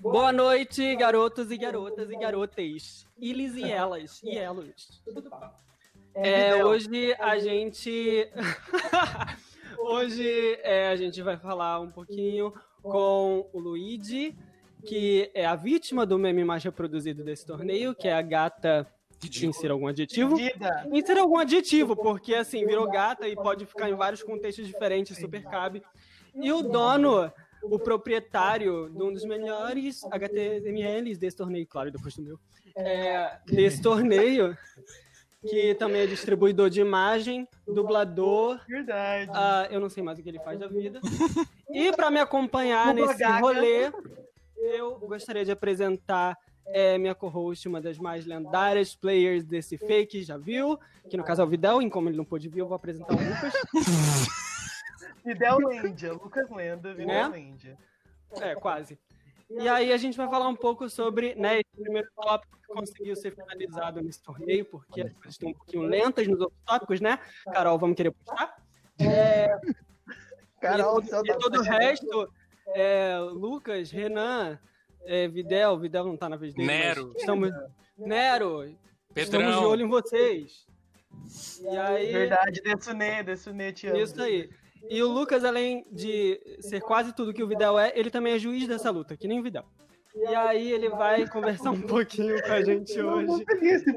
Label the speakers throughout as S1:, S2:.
S1: Boa noite, garotos e garotas e garotas. Iles e elas, e elos. É, hoje a gente. hoje é, a gente vai falar um pouquinho com o Luigi, que é a vítima do meme mais reproduzido desse torneio, que é a gata. Insira algum adjetivo? Insira algum adjetivo, porque assim, virou gata e pode ficar em vários contextos diferentes, super cabe. E o dono o proprietário de um dos melhores HTMLs desse torneio, claro, depois do meu, é, desse torneio, que também é distribuidor de imagem, dublador.
S2: Verdade.
S1: ah, eu não sei mais o que ele faz da vida. E para me acompanhar nesse rolê, eu gostaria de apresentar é, minha co-host, uma das mais lendárias players desse fake, já viu? Que no caso é o Vidal, e como ele não pôde vir, eu vou apresentar o Lucas.
S2: Fidel Lendia, é Lucas Lenda, Fidel
S1: Né?
S2: Lendia.
S1: É, quase. E aí a gente vai falar um pouco sobre, né, esse primeiro tópico que conseguiu ser finalizado nesse torneio, porque as coisas estão um pouquinho lentas nos outros tópicos, né? Carol, vamos querer puxar?
S2: Carol,
S1: e,
S2: do céu,
S1: e todo o resto, é, Lucas, Renan, é, Videl, Videl não tá na vez dele. mas
S3: Nero.
S1: Estamos, Nero, estamos de
S3: Pedrão.
S1: olho em vocês. E aí...
S2: Verdade, Dessune, Dessune, te amo.
S1: Isso aí. E o Lucas, além de ser quase tudo que o Vidal é, ele também é juiz dessa luta, que nem o Vidal. E aí ele vai conversar um pouquinho com a gente hoje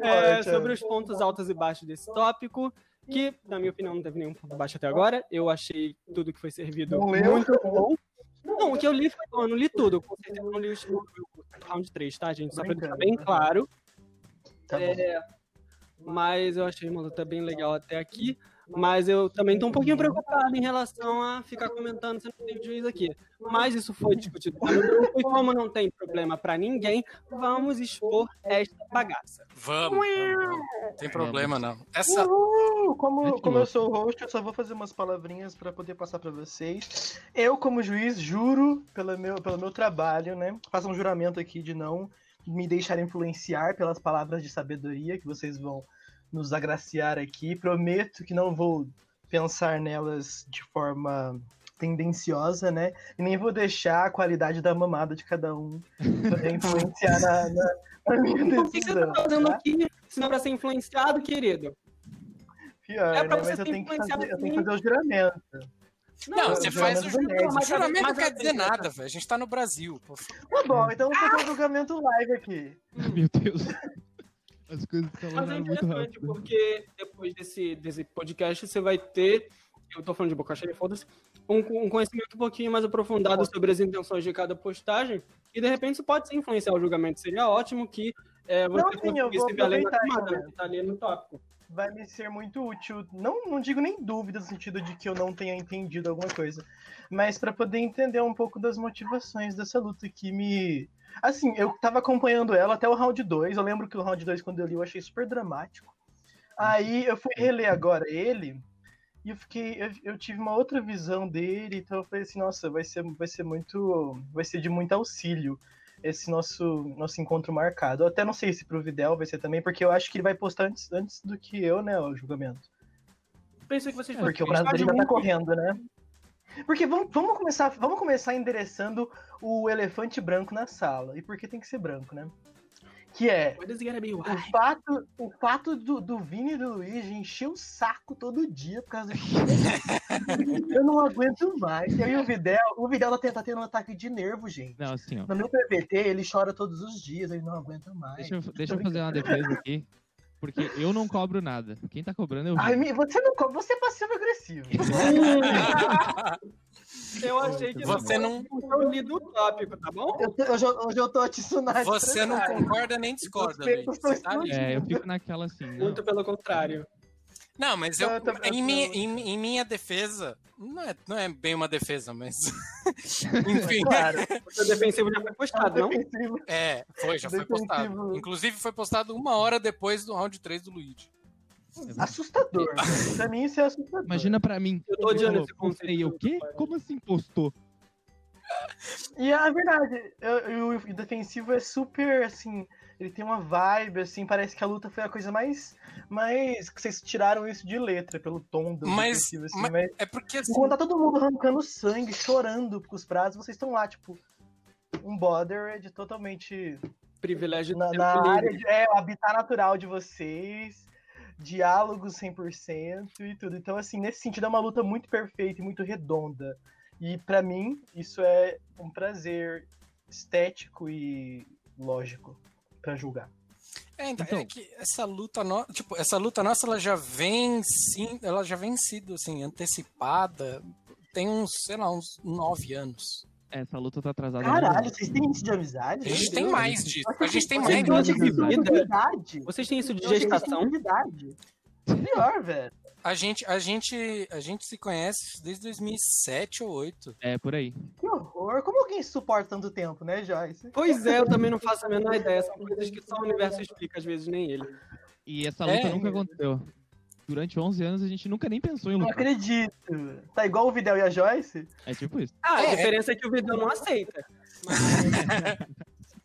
S1: é, sobre os pontos altos e baixos desse tópico, que, na minha opinião, não teve nenhum ponto baixo até agora. Eu achei tudo que foi servido
S2: Não leu?
S1: muito bom. Não, o que eu li foi bom, eu não li tudo. Com certeza eu não li os o round 3, tá, gente? Só pra deixar bem claro.
S2: né? Tá bom.
S1: É, mas eu achei uma luta bem legal até aqui. Mas eu também tô um pouquinho preocupado em relação a ficar comentando se não tem juiz aqui. Mas isso foi discutido lá no grupo, e como não tem problema pra ninguém, vamos expor esta bagaça.
S3: Vamos. Não tem problema, não. Essa.
S2: Uhul! Como,
S4: Muito
S2: como eu
S4: louco.
S2: sou o host, eu só vou fazer umas palavrinhas pra poder passar pra vocês. Eu, como juiz, juro pelo meu, pelo meu trabalho, né? Faço um juramento aqui de não me deixar influenciar pelas palavras de sabedoria que vocês vão nos agraciar aqui. Prometo que não vou pensar nelas de forma tendenciosa, né? E nem vou deixar a qualidade da mamada de cada um poder influenciar na, na, na minha decisão.
S1: O que você tá
S2: né?
S1: fazendo aqui se não é pra ser influenciado, querido?
S2: Pior,
S1: É pra
S2: né?
S1: você
S2: Mas eu
S1: ser
S2: tenho, que
S1: influenciado
S2: fazer, eu
S1: por
S2: tenho que
S1: mim.
S2: fazer o juramento.
S3: Não, você faz o juramento.
S1: mas- é
S3: O juramento não
S1: mas-
S3: quer dizer nada, velho. A gente tá no Brasil. pô.
S2: Tá
S1: É.
S2: bom, então vou
S1: Ah!
S2: fazer o julgamento live aqui.
S4: Meu Deus. As coisas
S1: Mas é
S4: escalonaram muito
S1: interessante,
S4: rápido.
S1: porque depois desse, desse podcast você vai ter, eu tô falando de boca cheia, foda-se, um, um conhecimento um pouquinho mais aprofundado sobre as intenções de cada postagem, e de repente isso pode sim influenciar o julgamento. Seria ótimo que é, você
S2: Não, sim, eu vou
S1: conseguisse ver além da
S2: aproveitar
S1: camada,
S2: isso
S1: que tá ali no tópico.
S2: Vai me ser muito útil. Não, não digo nem dúvida no sentido de que eu não tenha entendido alguma coisa, mas pra poder entender um pouco das motivações dessa luta que me. Assim, eu tava acompanhando ela até o round 2. Eu lembro que o round 2, quando eu li, eu achei super dramático. Aí eu fui reler agora ele. E eu fiquei, eu, eu tive uma outra visão dele, então eu falei assim, nossa, vai ser, vai ser muito, vai ser de muito auxílio. esse nosso, nosso encontro marcado. Eu até não sei se pro Videl vai ser também, porque eu acho que ele vai postar antes, antes do que eu, né, o julgamento.
S1: Pensei É, que vocês
S2: Porque o
S1: fossem
S2: prazo dele
S1: gostar de
S2: já tá
S1: mim.
S2: correndo, né? Porque vamos, vamos, começar, vamos começar endereçando o elefante branco na sala. E por que tem que ser branco, né? Que é
S1: Why does it gotta be
S2: o
S1: white?
S2: fato, o fato do, do Vini e do Luigi encher o saco todo dia por causa disso. eu não aguento mais. Eu e o Videl, o Videl tá tendo, tá tendo um ataque de nervo, gente.
S4: Não, assim, ó.
S2: No meu PVT, ele chora todos os dias, ele não aguenta mais.
S4: Deixa eu, deixa eu fazer uma defesa aqui. Porque eu não cobro nada. Quem tá cobrando é o
S2: Ai,
S4: Vini.
S2: me- você não co- você é passivo-agressivo.
S1: Eu achei que
S3: Você não,
S1: eu li no tópico, tá bom?
S2: Eu, eu, hoje eu- hoje eu tô a tsunami.
S3: você não concorda nem discorda,
S2: Os
S3: Luiz.
S2: peitos
S3: Você
S2: estão
S3: tá ali.
S4: É, eu fico naquela assim. Não,
S1: Muito pelo contrário.
S3: Não, mas eu,
S2: Não, eu tô pensando.
S3: em, minha, em, em minha defesa, não é, não é bem uma defesa, mas. Enfim,
S2: Claro,
S1: O seu é defensivo já foi
S4: Ah,
S1: postado, não?
S2: defensivo.
S3: é, foi, já foi postado.
S2: Defensivo.
S3: Inclusive, foi postado uma hora depois do round 3 do Luigi.
S2: assustador. pra mim, isso é assustador.
S4: Imagina pra mim.
S1: Eu tô odiando
S4: Falou,
S1: esse conceito.
S4: Postei o quê? Como assim postou?
S2: E é a verdade, eu- eu- o defensivo é super, assim, ele tem uma vibe, assim, parece que a luta foi a coisa mais. mais que vocês tiraram isso de letra, pelo tom do
S3: Mas-
S2: defensivo, assim,
S3: mas-
S2: mas
S3: É porque assim.
S2: Enquanto tá todo mundo arrancando sangue, chorando com os prazos, vocês estão lá, tipo. um bothered totalmente
S1: Privilégio do
S2: na,
S1: tempo
S2: na
S1: livre.
S2: área, de, é, o habitat natural de vocês, diálogo 100% e tudo. Então, assim, nesse sentido é uma luta muito perfeita e muito redonda. E pra mim, isso é um prazer estético e lógico pra julgar.
S3: É, então,
S4: Então.
S3: é que essa luta nossa, tipo, essa luta nossa, ela já vem sim, ela já vem sido assim, antecipada. Tem uns, sei lá, uns nove anos.
S4: Essa luta tá atrasada.
S2: Caralho,
S4: muito.
S2: vocês têm isso de amizade?
S3: A gente
S1: Deus,
S3: tem
S1: né?
S3: mais disso. A gente tem
S1: Vocês
S3: mais.
S1: não
S3: disso.
S1: acham que isso é vida?
S2: idade.
S1: Vocês têm isso de gestação?
S2: Pior, velho.
S3: A gente, a gente, a gente se conhece desde 2007 ou 2008.
S4: É, por aí.
S2: Que horror. Como alguém suporta tanto tempo, né, Joyce?
S1: Pois é, eu também não faço a menor ideia. São coisas que só o universo explica, às vezes nem ele.
S4: E essa
S3: É.
S4: luta nunca aconteceu. Durante 11 anos a gente nunca nem pensou em
S2: Não
S4: lutar.
S2: acredito. Tá igual o Videl e a Joyce?
S4: É tipo isso.
S1: Ah,
S3: É.
S1: a diferença é que o Vidal não aceita.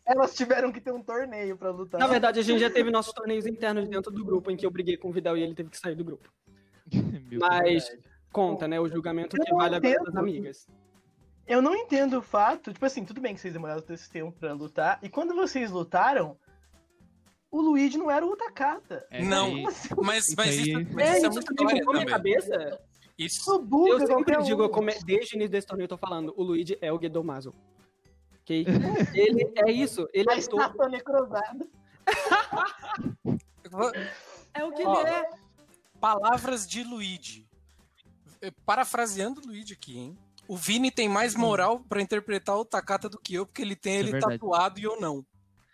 S2: Elas tiveram que ter um torneio pra lutar.
S1: Na verdade, a gente já teve nossos torneios internos dentro do grupo, em que eu briguei com o Vidal e ele teve que sair do grupo.
S4: Meu
S1: Mas conta, né? O julgamento
S2: Eu
S1: que vale a pena
S2: entendo.
S1: das amigas.
S2: Eu não entendo o fato, tipo assim, tudo bem que vocês demoraram esse tempo pra lutar, e quando vocês lutaram, o Luigi não era o Takata.
S4: É,
S3: Não.
S4: aí-
S2: Como assim?
S3: Mas,
S4: Isso
S3: mas
S4: aí-
S3: isso, mas isso é
S1: isso
S3: muito
S1: também
S3: história
S1: ficou na minha
S3: também.
S1: cabeça.
S3: Isso,
S2: Isso buga
S1: Eu sempre
S2: qualquer um.
S1: digo, eu come- desde o início desse torneio eu tô falando, o Luigi é o Gedomazo. Ok? ele é isso, ele
S2: A
S1: é todo.
S2: estátua necrosada.
S1: É o que
S2: Ó.
S1: ele é.
S3: palavras de Luigi. Eh, Parafraseando o Luigi aqui, hein? O Vini tem mais moral pra interpretar o Takata do que eu, porque ele tem
S4: Isso Hum. é
S3: ele
S4: verdade.
S3: tatuado e eu não.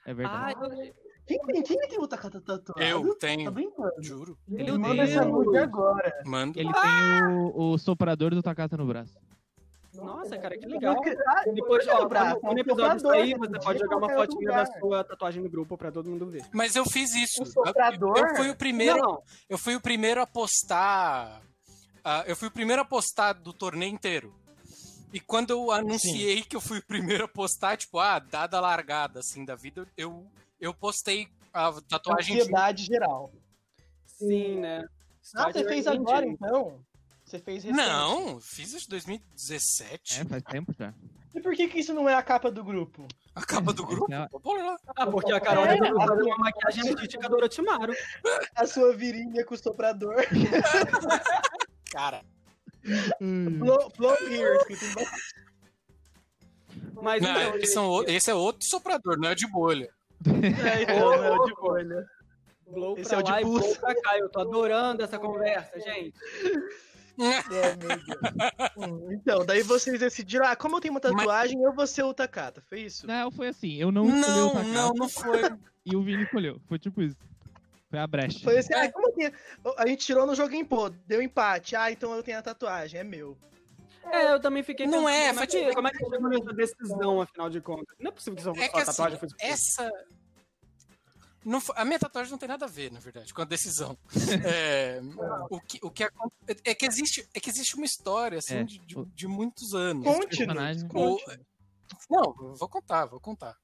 S4: É verdade.
S1: Ai,
S2: Quem, tem- quem tem o Takata tatuado?
S3: Eu
S2: Tá
S3: tenho,
S2: brincando.
S3: juro.
S4: Ele
S2: Manda essa
S4: tem, o,
S2: nude agora.
S3: Mando.
S1: ah!
S4: ele tem o, o soprador do Takata no braço.
S1: nossa, cara, que
S2: Eu
S1: legal.
S2: não acre- Ah,
S1: Depois,
S2: não é
S1: ó,
S2: no braço,
S1: quando-
S2: é
S1: quando o
S2: um
S1: episódio
S2: soprador,
S1: sair,
S2: né?
S1: você
S2: De
S1: pode jogar uma
S2: qualquer outro
S1: fotinha da
S2: lugar.
S1: sua tatuagem no grupo pra todo mundo ver.
S3: Mas eu fiz isso.
S2: O soprador?
S3: Eu, eu fui o primeiro,
S1: Não, não.
S3: eu fui o primeiro a postar. ah, eu fui o primeiro a postar do torneio inteiro. E quando eu anunciei que eu fui o primeiro a postar, tipo, ah, dada a largada assim da vida, eu eu postei a tatuagem de
S2: Ansiedade geral.
S1: Sim, né?
S2: Ah, você
S1: Side
S2: fez
S1: Ranger.
S2: agora, então? Você fez recente.
S3: Não, fiz isso em 2017.
S4: É, faz tempo já.
S2: E por que que isso não é a capa do grupo?
S3: A capa do grupo?
S4: Não.
S3: Pô, lá.
S1: Ah, porque a Carol
S2: É,
S1: resolveu
S2: a-
S1: fazer uma maquiagem artística do Orochimaru.
S2: A sua virilha com o soprador.
S3: Cara,
S2: Blow, blow here, escrito embaixo.
S1: Mas
S3: não,
S1: então,
S3: esse, é um o- esse é outro soprador, não é o de bolha.
S2: É,
S1: então, né, o de
S2: bolha.
S1: blow
S2: esse
S1: pra
S2: é o de
S1: lá e blow
S2: pulso.
S1: pra cá. Eu tô adorando essa conversa, gente.
S2: É, meu Deus. Hum, Então, daí vocês decidiram, ah, como eu tenho uma tatuagem, eu vou ser o Takata, foi isso?
S4: Não, foi assim. Eu não escolhi o
S3: Não,
S4: Takata
S3: não, não foi.
S4: e o Vini escolheu. Foi tipo isso. Foi a brecha.
S2: Foi assim, ah, como eu tenho... A gente tirou no jogo em pô, deu empate, ah, então eu tenho a tatuagem, é meu.
S1: É, eu também fiquei
S3: Não
S1: pensando,
S3: é,
S1: como é
S3: mas
S1: que,
S3: tipo-
S1: como é que chegou nessa decisão, afinal de contas? Não é possível que só,
S3: É
S1: só
S3: que
S1: a tatuagem
S3: assim,
S1: fosse...
S3: essa. Não, fo- a minha tatuagem não tem nada a ver, na verdade, com a decisão. É, o que, o que acon- é, que existe, é que existe uma história assim,
S4: É.
S3: de, de- de muitos anos. Tipo,
S2: Conte,
S4: personagem.
S2: conte.
S3: Não, vou contar, vou contar.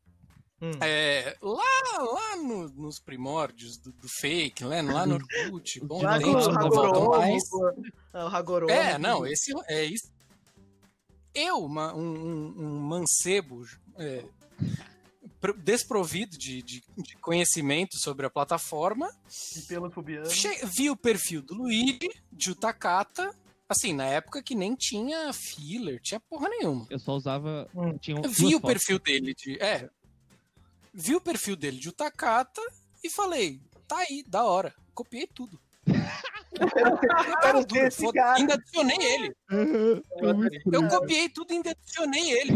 S2: Hum.
S3: É, lá lá no- nos primórdios do, do fake, né? lá no Orkut, bom,
S2: Lá
S4: Lá
S2: com o
S4: dentro
S3: gente,
S4: do
S3: não voltam
S2: Hagoromo,
S3: mais.
S2: com- ah, o Hagoromo.
S3: É, não, esse é isso. Eu, uma- um, um- um mancebo é, pro- desprovido de, de- de conhecimento sobre a plataforma,
S2: E pelo Fubiano.
S3: che- vi o perfil do Luigi, de Utakata, assim, na época que nem tinha filler, tinha porra nenhuma.
S4: Eu só usava.
S2: Hum.
S4: Tinha
S3: Eu
S4: duas
S3: vi o
S4: fotos.
S3: perfil dele de. É. Vi o perfil dele de Utakata e falei, tá aí, da hora. Copiei tudo. Cara,
S2: Era
S3: duro,
S2: desse
S3: foda-
S2: cara.
S3: Ainda adicionei ele.
S4: Foi muito
S3: Eu
S4: escroto.
S3: copiei tudo e ainda adicionei ele.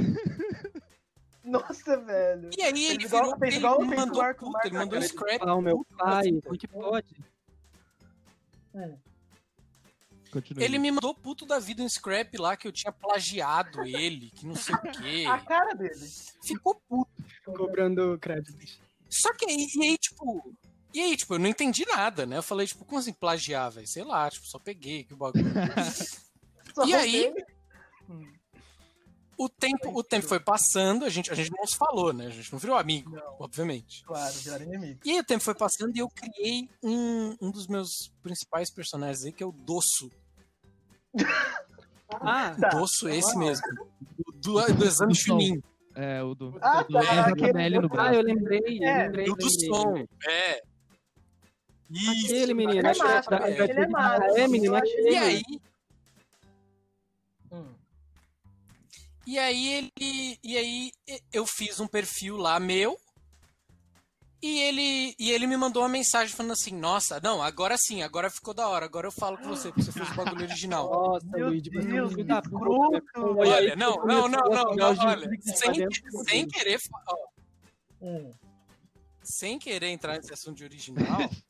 S2: Nossa, velho.
S3: E aí ele
S2: Fez igual-
S3: virou,
S2: fez
S3: ele
S2: igual fez o
S3: mandou
S2: Marco-
S3: puta,
S2: Marco
S3: ele mandou um
S2: Aurélio.
S3: scrap.
S1: Ah, o meu pai, como que pode?
S4: Continua.
S3: Ele me mandou puto da vida um scrap lá que eu tinha plagiado ele, que não sei o quê.
S2: A cara dele.
S3: Ficou puto.
S1: Cobrando créditos.
S3: Só que aí, e aí, tipo. E aí, tipo, eu não entendi nada, né? Eu falei, tipo, como assim plagiar, velho? Sei lá, tipo, só peguei que o bagulho.
S2: Só
S3: E aí?
S2: roubei. Hum,
S3: O tempo, o tempo foi passando, a gente, a gente não se falou, né? A gente não virou amigo, obviamente.
S2: Claro, viraram inimigo.
S3: E aí o tempo foi passando e eu criei um, um dos meus principais personagens aí, que é o Dosso.
S1: Ah,
S2: Tá. Ah,
S3: Dosso é esse mesmo. Do, do, do exame
S4: Do som.
S3: fininho.
S4: É, o do.
S2: Ah,
S4: do
S2: tá, aquele
S4: JBL no
S2: outro.
S1: Ah,
S4: braço.
S1: eu lembrei.
S2: É,
S1: eu lembrei,
S3: E o do
S1: lembrei.
S3: som, é. Isso.
S1: Aquele menino.
S2: Ele é massa,
S1: da-
S3: velho,
S2: ele é massa.
S1: É, menino, aquele.
S3: E aí,
S2: Hum.
S3: E aí ele. E aí e- eu fiz um perfil lá meu. E ele, e ele me mandou uma mensagem falando assim: Nossa, não, agora sim, agora ficou da hora, agora eu falo com você, porque você fez o bagulho original.
S1: Nossa,
S2: Meu
S1: Luigi,
S3: Tipo assim,
S1: você é um
S2: Deus,
S1: filho da
S2: que
S1: puta.
S2: escroto.
S1: Foi aí
S3: Olha,
S1: que
S3: não,
S1: você
S3: não,
S1: começou
S3: não,
S1: a
S3: não,
S1: jogar
S3: não,
S1: os
S3: olha,
S1: Netflix pra
S3: sem,
S1: dentro do
S3: sem
S1: Luigi.
S3: querer, fa- ó,
S2: Hum.
S3: sem querer entrar nesse assunto de original.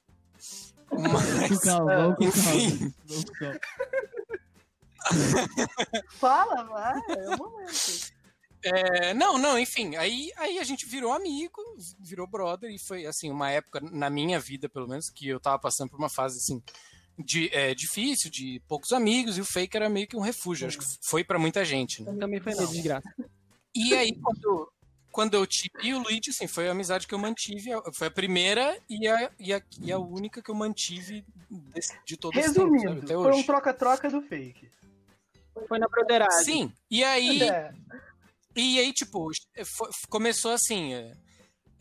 S3: mas,
S4: Com calma, com calma.
S3: enfim,
S4: Vamos com calma.
S2: Fala, vai, é o momento.
S3: é, não, não, enfim, aí, aí a gente virou amigo, virou brother, e foi assim, uma época na minha vida, pelo menos, que eu tava passando por uma fase assim. De, é, difícil, de poucos amigos, e o fake era meio que um refúgio. Acho que
S2: Uhum.
S3: foi pra muita gente, né?
S1: Também foi meio desgraça.
S3: E aí, quando, quando eu tive. E o Luigi, assim, foi a amizade que eu mantive. Foi a primeira e a, e a, e a única que eu mantive desse- de todos os tempos, sabe,
S2: Resumindo,
S3: até
S2: foi um
S3: hoje.
S2: troca-troca do fake.
S1: Foi na broderagem.
S3: Sim, e aí,
S2: É.
S3: e aí tipo, fo- começou assim. é,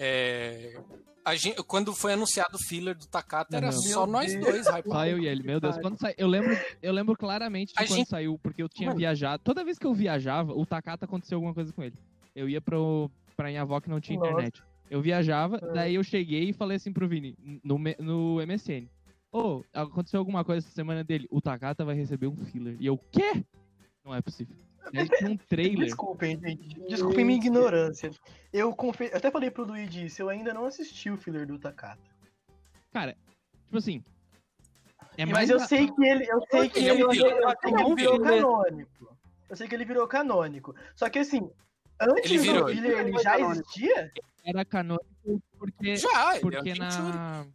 S3: é, a gente, quando foi anunciado o filler do Takata, era
S4: Uhum.
S3: só
S2: Meu
S3: nós
S2: Deus.
S3: dois, hype.
S4: Só eu e ele, meu Deus. Quando sai, eu, lembro, eu lembro claramente de
S3: A
S4: quando
S3: gente-
S4: saiu, porque eu tinha
S3: Mano.
S4: viajado. Toda vez que eu viajava, o Takata aconteceu alguma coisa com ele. Eu ia pro, pra minha avó que não tinha
S2: Nossa.
S4: internet. Eu viajava,
S2: Ah.
S4: daí eu cheguei e falei assim pro Vini, no, me- no MSN. Ô, aconteceu alguma coisa essa semana dele. O Takata vai receber um filler. E eu, quê? Não é possível. Daí tinha um trailer.
S2: Desculpem, gente. Desculpem minha ignorância. Eu, confe... eu até falei pro Luigi isso, eu ainda não assisti o filler do Takata.
S4: Cara, tipo assim. É
S2: Mas
S4: mais
S2: eu
S4: a-
S2: sei que ele. Eu sei que
S3: Ele é
S2: ele,
S3: um
S2: eu sei
S3: vilão.
S2: que ele
S1: Ele é um
S2: virou
S3: né?
S1: vilão.
S2: canônico. Eu sei que ele virou canônico. Só que assim, antes
S3: Ele virou.
S2: do filler ele já existia?
S4: era canônico porque,
S3: Já, ele é
S4: porque
S3: um Jinchuriki.
S4: na,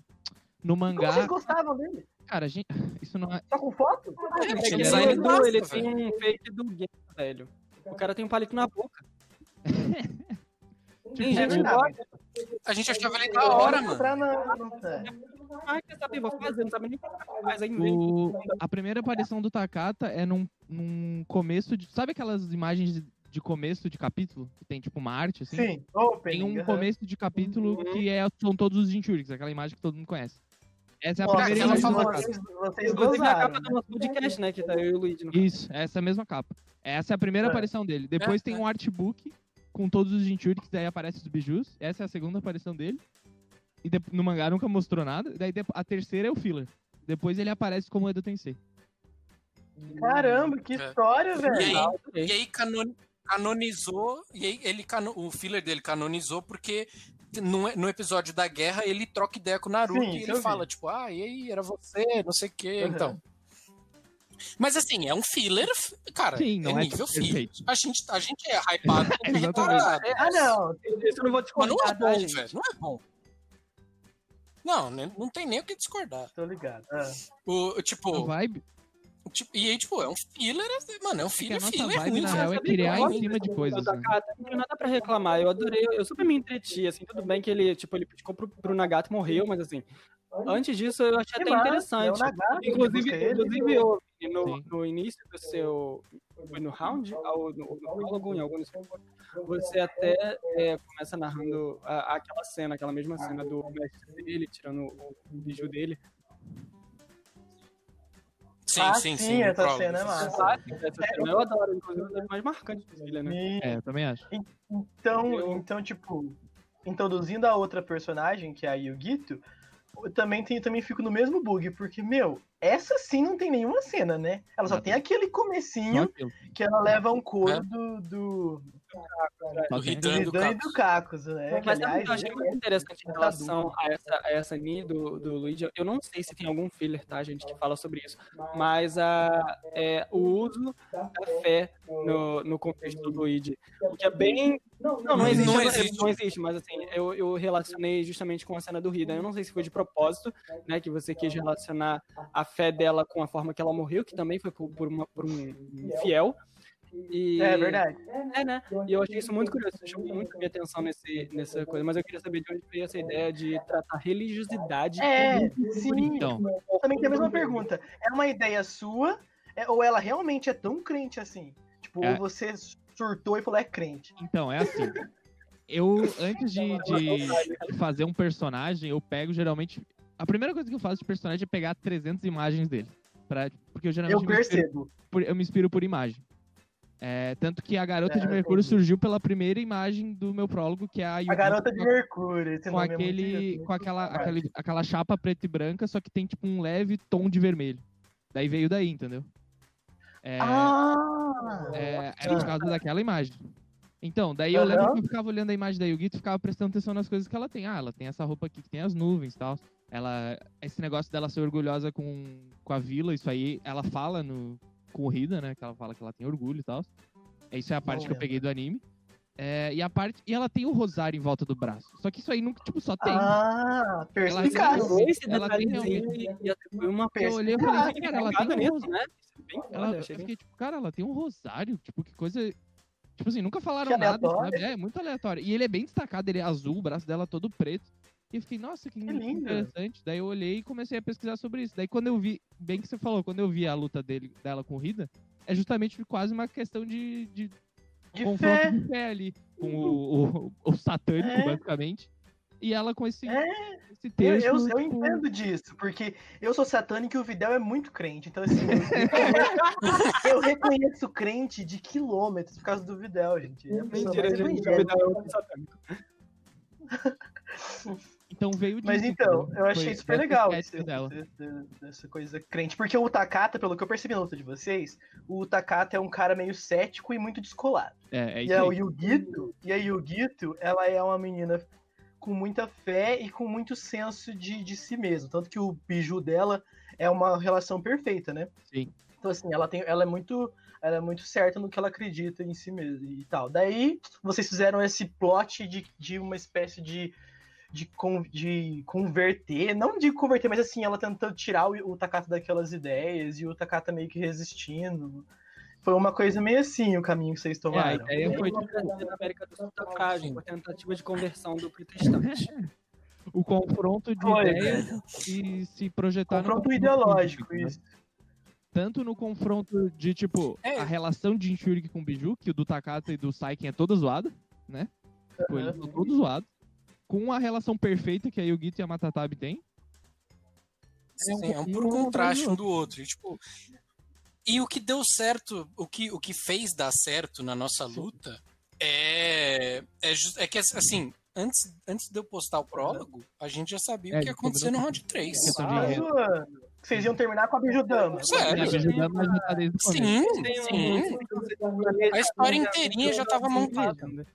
S4: no
S2: Como Tipo, assim? vocês
S4: mangá.
S2: gostavam dele?
S4: Cara, gente, isso não é.
S2: Só com foto?
S3: É,
S1: Ele,
S3: tinha um
S4: Ele
S3: design
S1: é do-
S3: massa,
S1: ele
S3: velho.
S1: tem um fake do game, velho. O cara tem um palito na boca. Tem
S3: É
S1: gente que
S2: verdade.
S1: gosta,
S3: A gente achava ele da hora,
S2: Bora
S3: mano.
S2: entrar na- na-
S1: ah, quer saber, vou fazer, não sabe nem o que faz, aí inventa.
S4: O,
S2: Então,
S4: a primeira aparição do Takata é num, num começo de. Sabe aquelas imagens de, de começo de capítulo? Que tem tipo uma arte, assim?
S2: Sim, open.
S4: Tem um
S2: aham. Uhum.
S4: começo de capítulo que é, são todos os Jinchuriks, aquela imagem que todo mundo conhece. Essa é a
S2: Nossa,
S4: primeira
S3: aquela
S4: imagem do
S3: famosa.
S4: Takata.
S2: vocês, vocês
S1: Inclusive a
S2: gozaram.
S1: capa do nosso podcast, né? Que tá eu e o Luigi. no caso.
S4: Isso, essa é a mesma capa. Essa é a primeira
S2: É.
S4: aparição dele. Depois
S3: É,
S4: tem
S3: é.
S4: um artbook com todos os Jinchuriks, daí aparece os bijus. Essa é a segunda aparição dele. E de- no mangá nunca mostrou nada. Daí de- a terceira é o filler. Depois ele aparece como Edo Tensei.
S2: Caramba, que
S3: né? É.
S2: história,
S3: E aí,
S2: velho.
S3: E aí cano- canonizou, e aí ele cano- o filler dele canonizou porque no, no episódio da guerra ele troca ideia com o Naruto
S2: Sim,
S3: e
S2: isso eu
S3: ele
S2: vi.
S3: fala, tipo, ah, e aí, era você, não sei o quê,
S2: Uhum.
S3: então. Mas assim, é um filler, f- cara,
S4: Sim, não
S3: é
S4: é
S3: nível filler.
S4: perfeito.
S3: A gente, a gente é hypado, porque é retardado.
S4: Exatamente.
S2: Ah, não.
S1: Isso eu não vou
S3: Mas não é
S1: discordar, tá,
S3: bom,
S1: gente?
S3: velho, não é bom. Não, né, não tem nem o que discordar.
S2: Tô ligado.
S1: É
S2: Ah.
S3: O,
S4: A
S3: tipo,
S4: vibe,
S3: tipo, e aí, tipo, é um filler, mano, é um
S4: é que a
S3: filler,
S4: nossa
S3: filler
S4: vibe,
S3: ruim,
S4: na
S3: velho.
S4: real, é
S1: sabe que
S4: criar
S1: eu
S4: em cima de
S1: O
S4: coisas. né?
S1: Takata, não tenho nada pra reclamar. Eu adorei, eu super me entreti, assim, tudo bem que ele, tipo, ele piscou pro, pro Nagato e morreu, mas assim, antes disso eu achei
S2: Que
S1: até
S2: massa, é o
S1: interessante.
S2: Nagato que busca
S1: Inclusive,
S2: ele.
S1: inclusive eu, no,
S4: Sim.
S1: no início do seu. Foi no round? Ou no, no prólogo, em algum dos- Você até é, começa narrando a- aquela cena, aquela mesma cena do mestre dele, tirando o o biju dele.
S3: Sim,
S2: Ah,
S3: sim,
S2: sim,
S3: sim.
S2: essa
S3: prova.
S2: cena é massa.
S1: Clássica essa cena. Eu adoro, inclusive, uma das mais marcantes dele, né?
S2: E-
S4: É, eu também acho.
S2: Então,
S1: Eu-
S2: então, tipo, introduzindo a outra personagem, que é a Yugito, eu também, tenho, também fico no mesmo bug, porque, meu, essa sim não tem nenhuma cena, né? Ela só
S4: Nada.
S2: tem aquele
S4: Só
S2: comecinho
S4: aquilo.
S2: que ela leva um couro
S3: É.
S2: do, do,
S4: Só
S3: Do
S4: tem-
S2: do
S3: Hidan e do
S2: Redan e do Cacos,
S3: Cacos.
S2: né? Que,
S1: Mas sabe o
S2: aliás,
S1: que eu achei muito interessante em relação a essa, a essa Ni do, do Luigi? Eu não sei se tem algum filler, tá, gente, que fala sobre isso. Mas a, é, o uso da fé no, no contexto do Luigi. O que é bem. Não, não
S3: Não
S1: existe. Não
S3: existe.
S1: existe, mas assim, eu, eu relacionei justamente com a cena do Rida. Eu não sei se foi de propósito, né? Que você quis relacionar a fé dela com a forma que ela morreu, que também foi por, por, uma- por um fiel. E,
S2: é verdade.
S1: é, né? E eu achei isso muito curioso, chamou muito minha atenção nesse, nessa coisa, mas eu queria saber de onde veio essa ideia de tratar religiosidade
S2: É, sim.
S4: Então,
S2: Eu também tenho a mesma pergunta. É uma ideia sua? É- ou ela realmente é tão crente assim? Tipo,
S4: É.
S2: ou você surtou e falou: é crente.
S4: Então, é assim. Eu, antes de, de fazer um personagem, eu pego geralmente. A primeira coisa que eu faço de personagem é pegar 300 imagens dele. Pra, porque eu geralmente.
S2: Eu
S4: me inspiro
S2: percebo.
S4: por- eu me inspiro por imagem. É, tanto que a Garota
S2: É,
S4: de
S2: eu
S4: Mercúrio
S2: entendi.
S4: surgiu pela primeira imagem do meu prólogo, que é a,
S2: A
S4: Yukiko
S2: garota de Mercúrio. Esse
S4: com
S2: nome é muito Ah.
S4: aquele
S2: divertido.
S4: com aquela,
S2: Vai.
S4: aquele- aquela chapa preta e branca, só que tem tipo um leve tom de vermelho. Daí veio daí, entendeu? É,
S2: Ah!
S4: é, é por causa daquela imagem. Então, daí eu lembro que eu ficava olhando a imagem da Yugito e ficava prestando atenção nas coisas que ela tem. Ah, ela tem essa roupa aqui que tem as nuvens e tal. Ela, esse negócio dela ser orgulhosa com, com a vila, isso aí ela fala no corrida, né? Que ela fala que ela tem orgulho e tal. É, Isso é a parte que eu
S2: lembro.
S4: peguei do anime. É, e a parte. E ela tem o rosário em volta do braço. Só que isso aí nunca, tipo, só tem.
S2: Ah,
S4: Ela
S2: perspicaz.
S4: tem-
S1: Esse
S4: Ela tem
S1: detalhezinho e atribui uma
S2: Perspicaz.
S4: Eu olhei e falei, cara, ela tem
S1: Obrigado
S4: um rosário.
S1: é nisso, né? Isso é bem
S4: Ela,
S1: foda,
S4: eu
S1: achei bem
S4: fiquei tipo, cara, ela tem um rosário, tipo, que coisa. Tipo assim, nunca falaram
S2: Que
S4: nada,
S2: aleatório.
S4: sabe? É, muito aleatório. E ele é bem destacado, ele é azul, o braço dela todo preto. E eu fiquei, nossa, que,
S2: lindo.
S4: interessante. Daí eu olhei e comecei a pesquisar sobre isso. Daí quando eu vi, bem que você falou, quando eu vi a luta dele, dela com o Rida, é justamente quase uma questão de, de
S2: De
S4: confronto
S2: fé. Uhum.
S4: de fé ali, com o, o, o satânico,
S2: É.
S4: basicamente. E ela com esse,
S2: É.
S4: esse
S2: Eu,
S4: texto.
S2: eu, eu
S4: tipo,
S2: entendo disso, porque eu sou satânico e o Videl é muito crente. Então, assim, eu- eu reconheço crente de quilômetros por causa do Videl, gente. É a pessoa
S1: Mentira,
S2: mais
S1: gente.
S2: evangélica.
S1: Vidal é um satânico.
S4: Então veio disso.
S2: Mas então,
S4: entendeu?
S2: eu achei
S4: Foi é
S2: super
S4: essa
S2: legal
S4: estética
S2: esse-
S4: dela.
S2: esse- dessa coisa crente. Porque o Takata, pelo que eu percebi na luta de vocês, o Takata é um cara meio cético e muito descolado.
S4: É, é
S2: E
S4: isso
S2: é
S4: aí.
S2: o Yugito, e a Yugito, ela é uma menina com muita fé e com muito senso de, de si mesmo. Tanto que o biju dela é uma relação perfeita, né?
S4: Sim.
S2: Então, assim, ela, tem, ela é muito. Ela é muito certa no que ela acredita em si mesma e tal. Daí, vocês fizeram esse plot de, de uma espécie de. De, con, de converter, não de converter, mas assim, ela tentando tirar o, o Takata daquelas ideias e o Takata meio que resistindo. Foi uma coisa meio assim o caminho que vocês
S4: É, a
S2: tomaram.
S4: ideia
S1: Foi
S4: foi,
S1: tipo... na América do Sul da Cádio, a tentativa de conversão do protestante.
S4: o confronto de
S2: Foi.
S4: ideias e se projetar no
S2: Confronto
S4: confronto
S2: um ideológico,
S4: político, né?
S2: isso.
S4: Tanto no confronto de, tipo,
S3: É.
S4: a relação de Inchuriki com o Biju, que o do Takata e do Saiken é toda zoada, né? Tipo, eles são todos zoados. Com a relação perfeita que a Yugito e a Matatabe têm. É um
S3: Sim, é um
S4: pouquinho
S3: puro
S4: um
S3: contraste um
S4: contra
S3: do outro. E, tipo, e o que deu certo, o que, o que fez dar certo na nossa luta é, é, ju- é que, assim, antes, antes de eu postar o prólogo, a gente já sabia
S4: É,
S3: o que ia acontecer no round 3.
S1: um
S4: Questão de
S2: Ah,
S4: enredo.
S2: zoando. Que Vocês iam terminar com a Bijudama.
S4: E a
S3: Sério?
S4: Biju dando uma ajudada desde o começo.
S3: Sim,
S1: Tem um-
S3: sim. A história inteirinha já tava montada.
S1: tá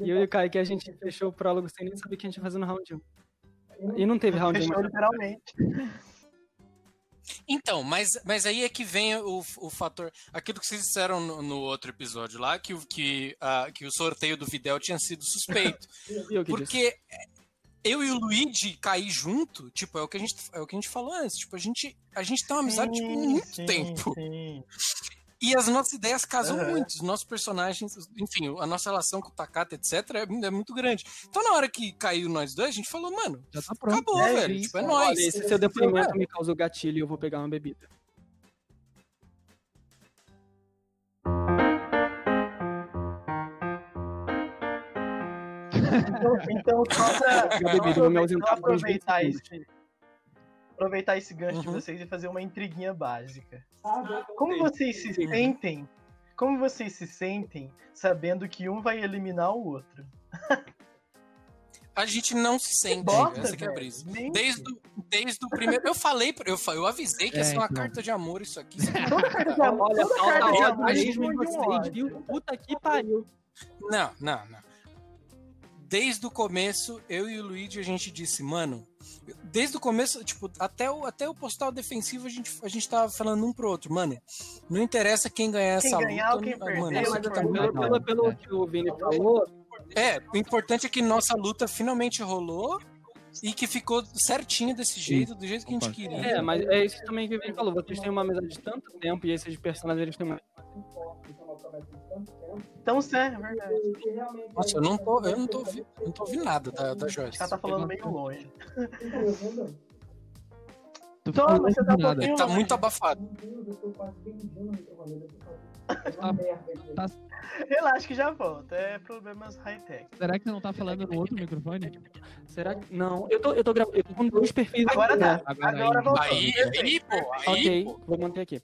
S1: E eu e o Kaique, a gente fechou o prólogo sem nem saber o que a gente ia fazer no round 1. E não teve round 1.
S2: Fechou literalmente.
S3: Então, mas, mas aí é que vem o, o fator. Aquilo que vocês disseram no, no outro episódio lá, que, o- que, ah, que o sorteio do Videl tinha sido suspeito.
S1: E eu que disse.
S3: Porque eu e o Luigi cair junto, tipo, é o que a gente, é o que a gente falou antes. Tipo, a gente, a gente tem uma amizade tipo, há
S2: Sim,
S3: muito
S2: sim,
S3: tempo.
S2: sim.
S3: E as nossas ideias casam
S2: Aham.
S3: muito. Os nossos personagens, enfim, a nossa relação com o Takata, etc., é, é muito grande. Então, na hora que caiu nós dois, a gente falou, mano,
S4: Já tá pronto.
S3: acabou,
S2: É
S3: velho.
S4: isso.
S3: Tipo, é
S1: Olha,
S3: nóis.
S1: esse seu depoimento me causou gatilho e eu vou pegar uma bebida.
S2: Então, então só pra,
S1: Eu bebi,
S2: só
S1: eu me ausentei
S2: pra
S1: por uns 20
S2: aproveitar esse, aproveitar esse gancho de
S3: Uhum.
S2: vocês e fazer uma intriguinha básica. Como vocês se
S1: Sim.
S2: sentem? Como vocês se sentem sabendo que um vai eliminar o outro?
S3: A gente não se sente.
S2: bosta,
S3: essa que é a
S2: velho.
S3: brisa.
S2: Nem-
S3: Desde, o- desde o primeiro. Eu falei, pra- eu, fa- eu avisei que ia
S4: É,
S3: ser uma
S4: então.
S3: carta de amor isso aqui. isso aqui-
S2: Toda carta de amor,
S1: Olha,
S2: é toda
S1: falta
S2: carta de
S1: ódio
S2: amor
S1: mesmo em
S2: responde um ódio.
S1: vocês, viu? Puta que pariu.
S3: Não, não, não. Desde o começo, eu e o Luigi, a gente disse, mano, desde o começo, tipo, até o, até o postal defensivo, a gente, a gente tava falando um pro outro, mano, não interessa quem ganhar
S2: Quem
S3: essa
S2: ganhar ou
S3: luta.
S2: quem
S3: não-
S2: perder,
S3: mano,
S1: É,
S3: isso
S1: mas
S3: aqui tá
S1: assim,
S3: muito
S1: pelo,
S4: legal,
S1: pelo, pelo
S2: é.
S4: né?
S1: que o Vini falou,
S3: É, o importante é que nossa luta finalmente rolou e que ficou certinho desse jeito, do jeito que a gente
S4: concordo.
S3: queria.
S1: é,
S2: Uhum.
S1: mas é isso também que o Vini falou. Vocês têm uma amizade de tanto tempo e esses personagens eles têm uma.
S2: Então, sério, é verdade.
S3: Nossa, eu não tô, eu não tô, ouvi- não tô ouvindo nada da, da Joyce.
S2: É, Ela tá falando meio longe.
S4: Tô
S2: Toma,
S4: ficando
S2: você tá
S4: indignado.
S2: pouquinho-
S3: Tá muito abafado.
S2: Tá... Relaxa que já volta. É problemas high-tech.
S4: Será que você não tá falando no outro microfone?
S1: Será que. Não, eu tô, eu tô gravando. Eu tô com dois perfis. né?
S2: Agora tá. Agora,
S3: Agora
S2: voltou.
S3: Aí, aí, pô. Aí,
S1: Ok,
S3: pô.
S1: vou manter aqui.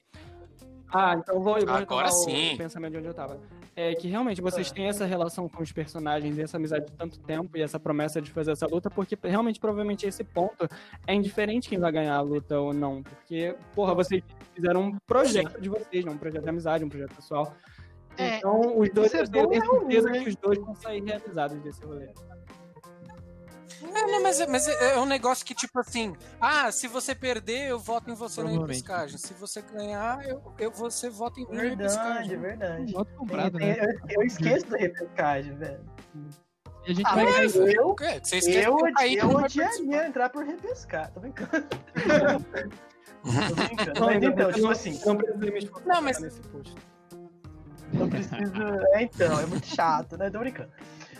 S1: Ah, então eu vou, eu vou retomar
S3: Agora
S1: o-
S3: sim.
S1: o pensamento de onde eu tava. É que realmente vocês têm essa relação com os personagens e essa amizade de tanto tempo e essa promessa de fazer essa luta, porque realmente provavelmente esse ponto é indiferente quem vai ganhar a luta ou não. Porque, porra, vocês fizeram um projeto de vocês, não um projeto de amizade, um projeto pessoal.
S2: É,
S1: então, os dois,
S2: isso é
S1: eu tenho
S2: bom e é ruim,
S1: certeza
S2: né?
S1: que os dois vão sair realizados desse rolê.
S3: É, não, mas, é- mas é é um negócio que, tipo assim, ah, se você perder, eu voto em você na
S4: Provavelmente.
S3: repescagem. Se você ganhar, eu, eu, você vota em mim na
S2: Verdade,
S3: repescagem.
S2: verdade.
S4: Voto comprado,
S2: tá. Tem-
S4: né?
S2: tem- eu, eu esqueço da repescagem, velho.
S4: E a gente
S2: Ah,
S4: vai
S2: mas eu, eu,
S3: É, você esquece
S2: eu,
S3: que o Kaique não vai participar.
S2: odiaria entrar por repescar. Tô brincando. Tô brincando. Mas
S1: Gabriel,
S2: então,
S1: eu
S2: tipo
S1: não-
S2: assim,
S1: não precisa me esforçar
S3: Não, mas-
S1: nesse post.
S2: Não preciso. É, então, é muito chato, né? Tô brincando.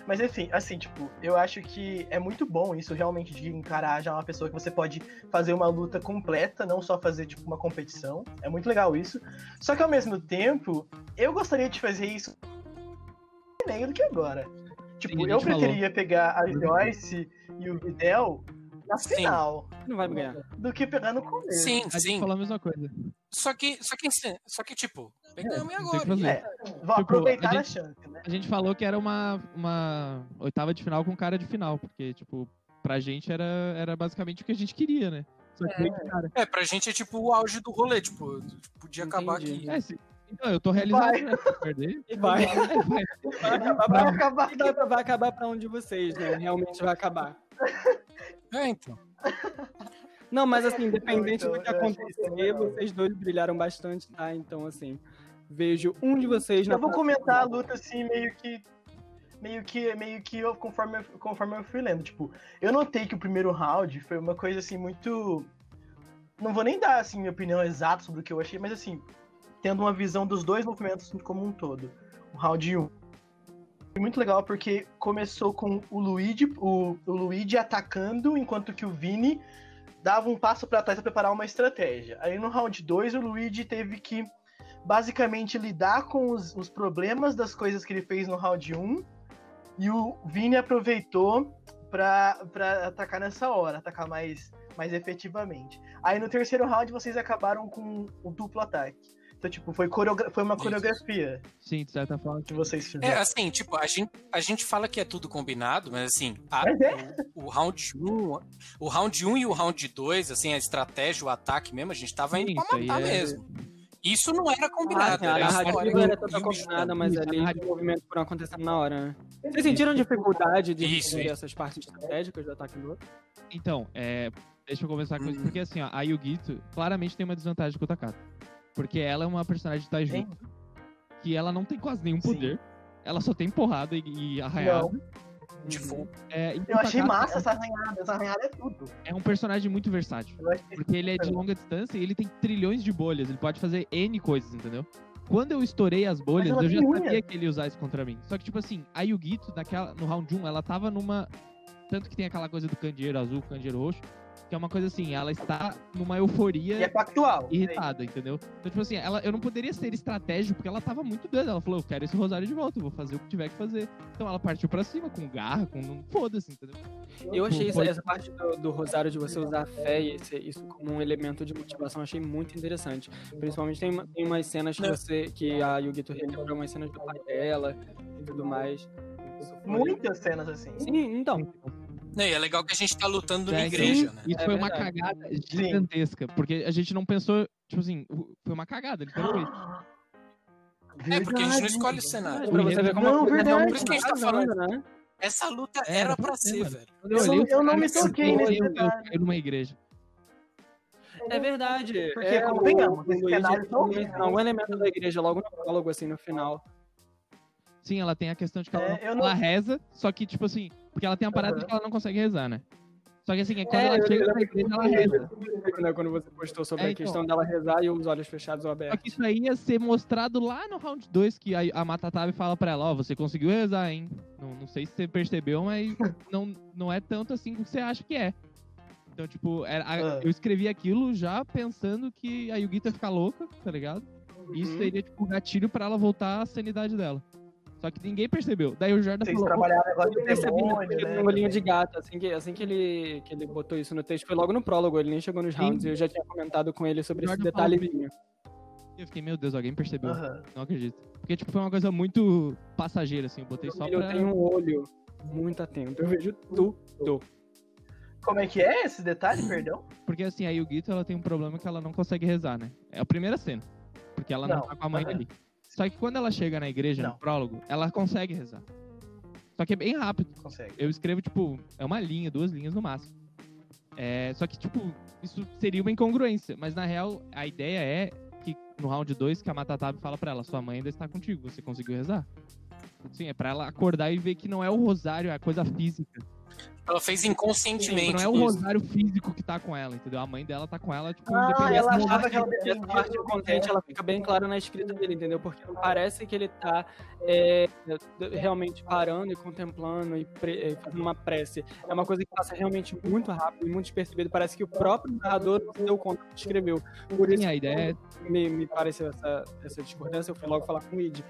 S2: Mas enfim, assim, tipo, eu acho que é muito bom isso realmente de encarar já uma pessoa que você pode fazer uma luta completa, não só fazer, tipo, uma competição. É muito legal isso. Só que ao mesmo tempo, eu gostaria de fazer isso meio do que agora.
S4: Sim,
S2: Tipo,
S4: a
S2: eu
S4: gente falou.
S2: preferia pegar a Joyce e o Videl na
S3: Sim.
S2: final
S1: Não vai ganhar.
S2: do que pegar no começo.
S3: Sim,
S4: A gente
S3: sim.
S4: falou a mesma coisa.
S3: Só que, só que, só que tipo, pegamos e
S4: É, Não tem o
S3: agora.
S4: que fazer.
S2: É, vou
S4: Tipo,
S2: aproveitar
S4: a
S2: a,
S4: gente-
S2: chance, né?
S4: A gente falou que era uma, uma oitava de final com cara de final, porque, tipo, pra gente era, era basicamente o que a gente queria, né? Só que, cara,
S3: É, pra gente é tipo o auge do rolê, tipo, podia acabar
S1: Entendi.
S3: aqui.
S4: é, se- então, eu tô realizado,
S2: Vai.
S4: né? Se perder,
S1: E vai.
S4: é, vai.
S1: Vai acabar pra
S2: Vai acabar
S1: E dá pra- vai acabar pra um de vocês, né? Realmente vai acabar.
S3: É, então.
S1: Não, mas assim, independente
S2: Então,
S1: do que
S2: eu acho que foi
S1: acontecer,
S2: legal.
S1: vocês dois brilharam bastante, tá? Então, assim, vejo um de vocês na
S2: Eu vou
S1: próxima.
S2: comentar a luta assim, meio que. Meio que, meio que eu, conforme, eu- conforme eu fui lendo. Tipo, eu notei que o primeiro round foi uma coisa assim muito. Não vou nem dar assim minha opinião exata sobre o que eu achei, mas assim, tendo uma visão dos dois movimentos como um todo. O round 1. Foi muito legal porque começou com o Luigi, o, o Luigi atacando, enquanto que o Vini dava um passo pra trás pra preparar uma estratégia. Aí no round 2, o Luigi teve que basicamente lidar com os, os problemas das coisas que ele fez no round 1. E o Vini aproveitou pra, pra atacar nessa hora, atacar mais, mais efetivamente. Aí no terceiro round vocês acabaram com o duplo ataque. Então, tipo, foi, coreogra- foi uma
S3: Isso.
S2: coreografia
S4: Sim, de certa forma.
S2: que vocês
S3: É,
S2: fizeram.
S3: assim, tipo, a gente, a gente fala que é tudo combinado, mas assim, a-
S2: Mas é.
S3: o, o round 1, o round 1 e o round 2, assim, a estratégia, o ataque mesmo, a gente tava indo
S4: Sim,
S3: pra
S4: isso aí
S3: matar
S4: é-
S3: mesmo. Isso não era
S1: Ah,
S3: combinado,
S1: tá, a
S3: era a
S1: narrativa
S3: história
S1: era
S3: e
S1: toda
S3: o
S1: combinada,
S3: jogo.
S1: mas
S4: Isso, a
S1: ali um
S4: narrativa-
S1: os movimentos foram acontecendo na hora, né? Vocês sentiram dificuldade de
S3: Isso,
S1: entender essas partes estratégicas do ataque do outro?
S4: Então, é, deixa eu começar com isso, porque assim, ó, a Yugito claramente tem uma desvantagem com o Takata. Porque ela é uma personagem de Taijutsu, que ela não tem quase nenhum
S2: Sim.
S4: poder, ela só tem porrada e, e arraiada.
S3: Tipo,
S4: É, e o
S2: Eu achei
S4: Takata
S2: massa essa arranhada. Essa arranhada é tudo.
S4: É um personagem muito versátil.
S2: Eu achei
S4: Porque ele é de longa distância e ele tem trilhões de bolhas. Ele pode fazer N coisas, entendeu? Quando eu estourei as bolhas,
S2: ela
S4: eu já
S2: tem
S4: sabia
S2: unha.
S4: que ele ia usar isso contra mim. Só que, tipo assim, a Yugito, naquela, no round 1, ela tava numa. Tanto que tem aquela coisa do candeeiro azul, candeeiro roxo, que é uma coisa assim, ela está numa
S2: E é
S4: euforia
S2: pactual.
S4: irritada, entendeu? Então, tipo assim, ela, eu não poderia ser estratégico, porque ela tava muito doida. Ela falou, eu quero esse rosário de volta, eu vou fazer o que tiver que fazer. Então ela partiu pra cima, com garra, com. Foda-se, entendeu?
S1: Eu achei isso-
S4: Foi-
S1: essa parte do, do Rosário de você usar a fé e esse- isso como um elemento de motivação, eu achei muito interessante. Principalmente tem, uma- tem umas cenas que,
S3: Não.
S1: você, que a Yugito relembra, umas cenas do pai dela e tudo mais. Isso foi-
S2: Muitas cenas assim.
S1: Sim, então.
S3: né, e é legal que a gente tá lutando na
S4: É, então,
S3: igreja, né?
S4: Isso
S1: É
S4: foi uma
S1: verdade.
S4: cagada gigantesca, porque a gente não pensou, tipo assim, o- foi uma cagada, literalmente.
S3: É, porque a gente não
S2: Verdade.
S3: escolhe o cenário.
S1: Pra você ver como a
S2: Não,
S1: coisa
S2: verdade.
S1: realmente
S2: Por
S3: isso que a gente tá
S1: tá vazando, né?
S3: Essa luta
S4: É,
S3: era
S4: era
S3: pra
S4: pra
S3: ser,
S4: ser,
S3: velho.
S4: Quando eu
S2: Eu
S4: olhei,
S2: não-
S4: os
S2: eu não
S4: caras
S2: me toquei
S4: cantou,
S2: nesse
S4: eu- eu
S2: detalhe.
S4: caí numa igreja.
S1: É verdade.
S2: Porque,
S1: é,
S2: convenhamos,
S1: o- o
S2: esse
S1: Luigi
S2: cenário tá horrível.
S1: menciona um elemento da igreja logo no prólogo, assim, no final.
S4: Sim, ela tem a questão de que ela,
S2: É,
S4: não-
S2: eu não-
S4: ela reza, só que, tipo assim, porque ela tem a parada
S2: Aham.
S4: de que ela não consegue rezar, né? Só que assim, é quando
S1: É,
S4: ela
S1: eu-
S4: chega
S1: eu-
S4: na igreja, ela reza.
S2: Uhum.
S1: Né, Quando você postou sobre
S4: É,
S1: a
S4: então.
S1: questão dela rezar e os olhos fechados ou
S4: Só
S1: abertos.
S4: que isso aí ia ser mostrado lá no round 2, que a, a Matatabe fala pra ela, ó, você conseguiu rezar, hein? Não, não sei se você percebeu, mas não, não é tanto assim que você acha que é. Então, tipo, era- a-
S2: Ah.
S4: eu escrevi aquilo já pensando que a Yugita ia ficar louca, tá ligado?
S2: Uhum.
S4: Isso seria, tipo, um gatilho pra ela voltar à sanidade dela. Só que ninguém percebeu. Daí o Jordan
S2: Vocês
S4: falou,
S2: trabalharam negócio de
S1: Eu percebi
S2: demônio,
S1: que ele
S2: né?
S1: tem um olhinho de gato, assim, que, assim que, ele, que ele botou isso no texto, foi logo no prólogo, ele nem chegou nos
S4: Sim.
S1: rounds, e eu já tinha comentado com ele sobre esse
S4: Jordan
S1: detalhezinho.
S4: eu fiquei, meu Deus, alguém percebeu.
S2: Aham.
S4: Não acredito. Porque, tipo, foi uma coisa muito passageira, assim. Eu botei só
S1: Eu
S4: pra...
S1: tenho um olho muito atento, eu vejo tudo.
S2: Como é que é esse detalhe, perdão?
S4: Porque, assim, a Yugito, ela tem um problema que ela não consegue rezar, né? É a primeira cena. Porque ela não,
S2: Não.
S4: tá com a mãe
S2: Aham.
S4: ali. Só que quando ela chega na igreja,
S2: Não.
S4: no prólogo, ela consegue rezar. Só que é bem rápido.
S2: Consegue.
S4: eu escrevo, tipo, é uma linha, duas linhas no máximo. É, só que, tipo, isso seria uma incongruência. Mas, na real, a ideia é que no round 2, que a Matatabe fala pra ela, sua mãe ainda está contigo, você conseguiu rezar? Sim, é pra ela acordar e ver que não é o rosário, é a coisa física.
S3: Ela fez
S4: Tipo,
S3: inconscientemente.
S4: não é o
S3: isso.
S4: rosário físico que tá com ela, entendeu? A mãe dela tá com ela, tipo,
S2: Ah,
S4: independente
S2: ela
S4: do
S2: achava
S4: rosário.
S2: que ela
S1: E essa
S2: dependia
S1: parte
S2: do
S1: contente, ela fica bem clara na escrita dele, entendeu? Porque não parece que ele tá é, realmente parando e contemplando e pre- é, fazendo uma prece. É uma coisa que passa realmente muito rápido e muito despercebido. Parece que o próprio narrador não se deu conta do que escreveu. Por isso
S4: Sim, a ideia é...
S1: me, me pareceu essa, essa discordância, eu fui logo falar com o Id.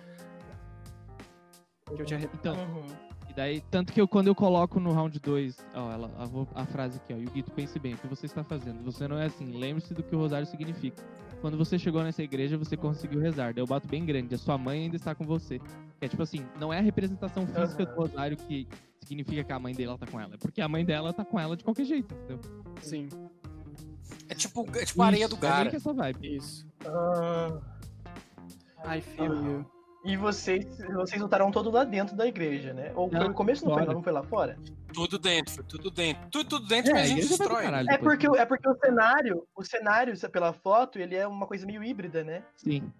S1: Que eu tinha repetido.
S4: Então,
S2: Uhum.
S4: E daí, tanto que eu, quando eu coloco no round 2, ó, ela, a, vo- a frase aqui, ó, Yugito, pense bem, o que você está fazendo? Você não é assim, lembre-se do que o rosário significa. Quando você chegou nessa igreja, você conseguiu rezar. Daí eu bato bem grande, a sua mãe ainda está com você. É tipo assim, não é a representação física do rosário que significa que a mãe dela tá com ela. É porque a mãe dela tá com ela de qualquer jeito, entendeu?
S1: Sim,
S3: É tipo, é tipo a areia do
S4: Isso, É meio
S3: Gara.
S4: que essa vibe.
S1: isso.
S2: Ah,
S1: I feel you.
S2: E vocês, vocês lutaram todo lá dentro da igreja, né? Ou foi
S4: Não,
S2: no começo, não foi,
S4: fora.
S2: lá, não foi lá fora?
S3: Tudo dentro, foi tudo dentro. Tudo, tudo dentro,
S4: É,
S3: mas a gente
S4: igreja vai pra
S3: destrói.
S4: caralho. tipo assim,
S2: É
S4: Depois.
S2: porque, é porque o cenário, o cenário, se é pela foto, ele é uma coisa meio híbrida, né?
S4: Sim.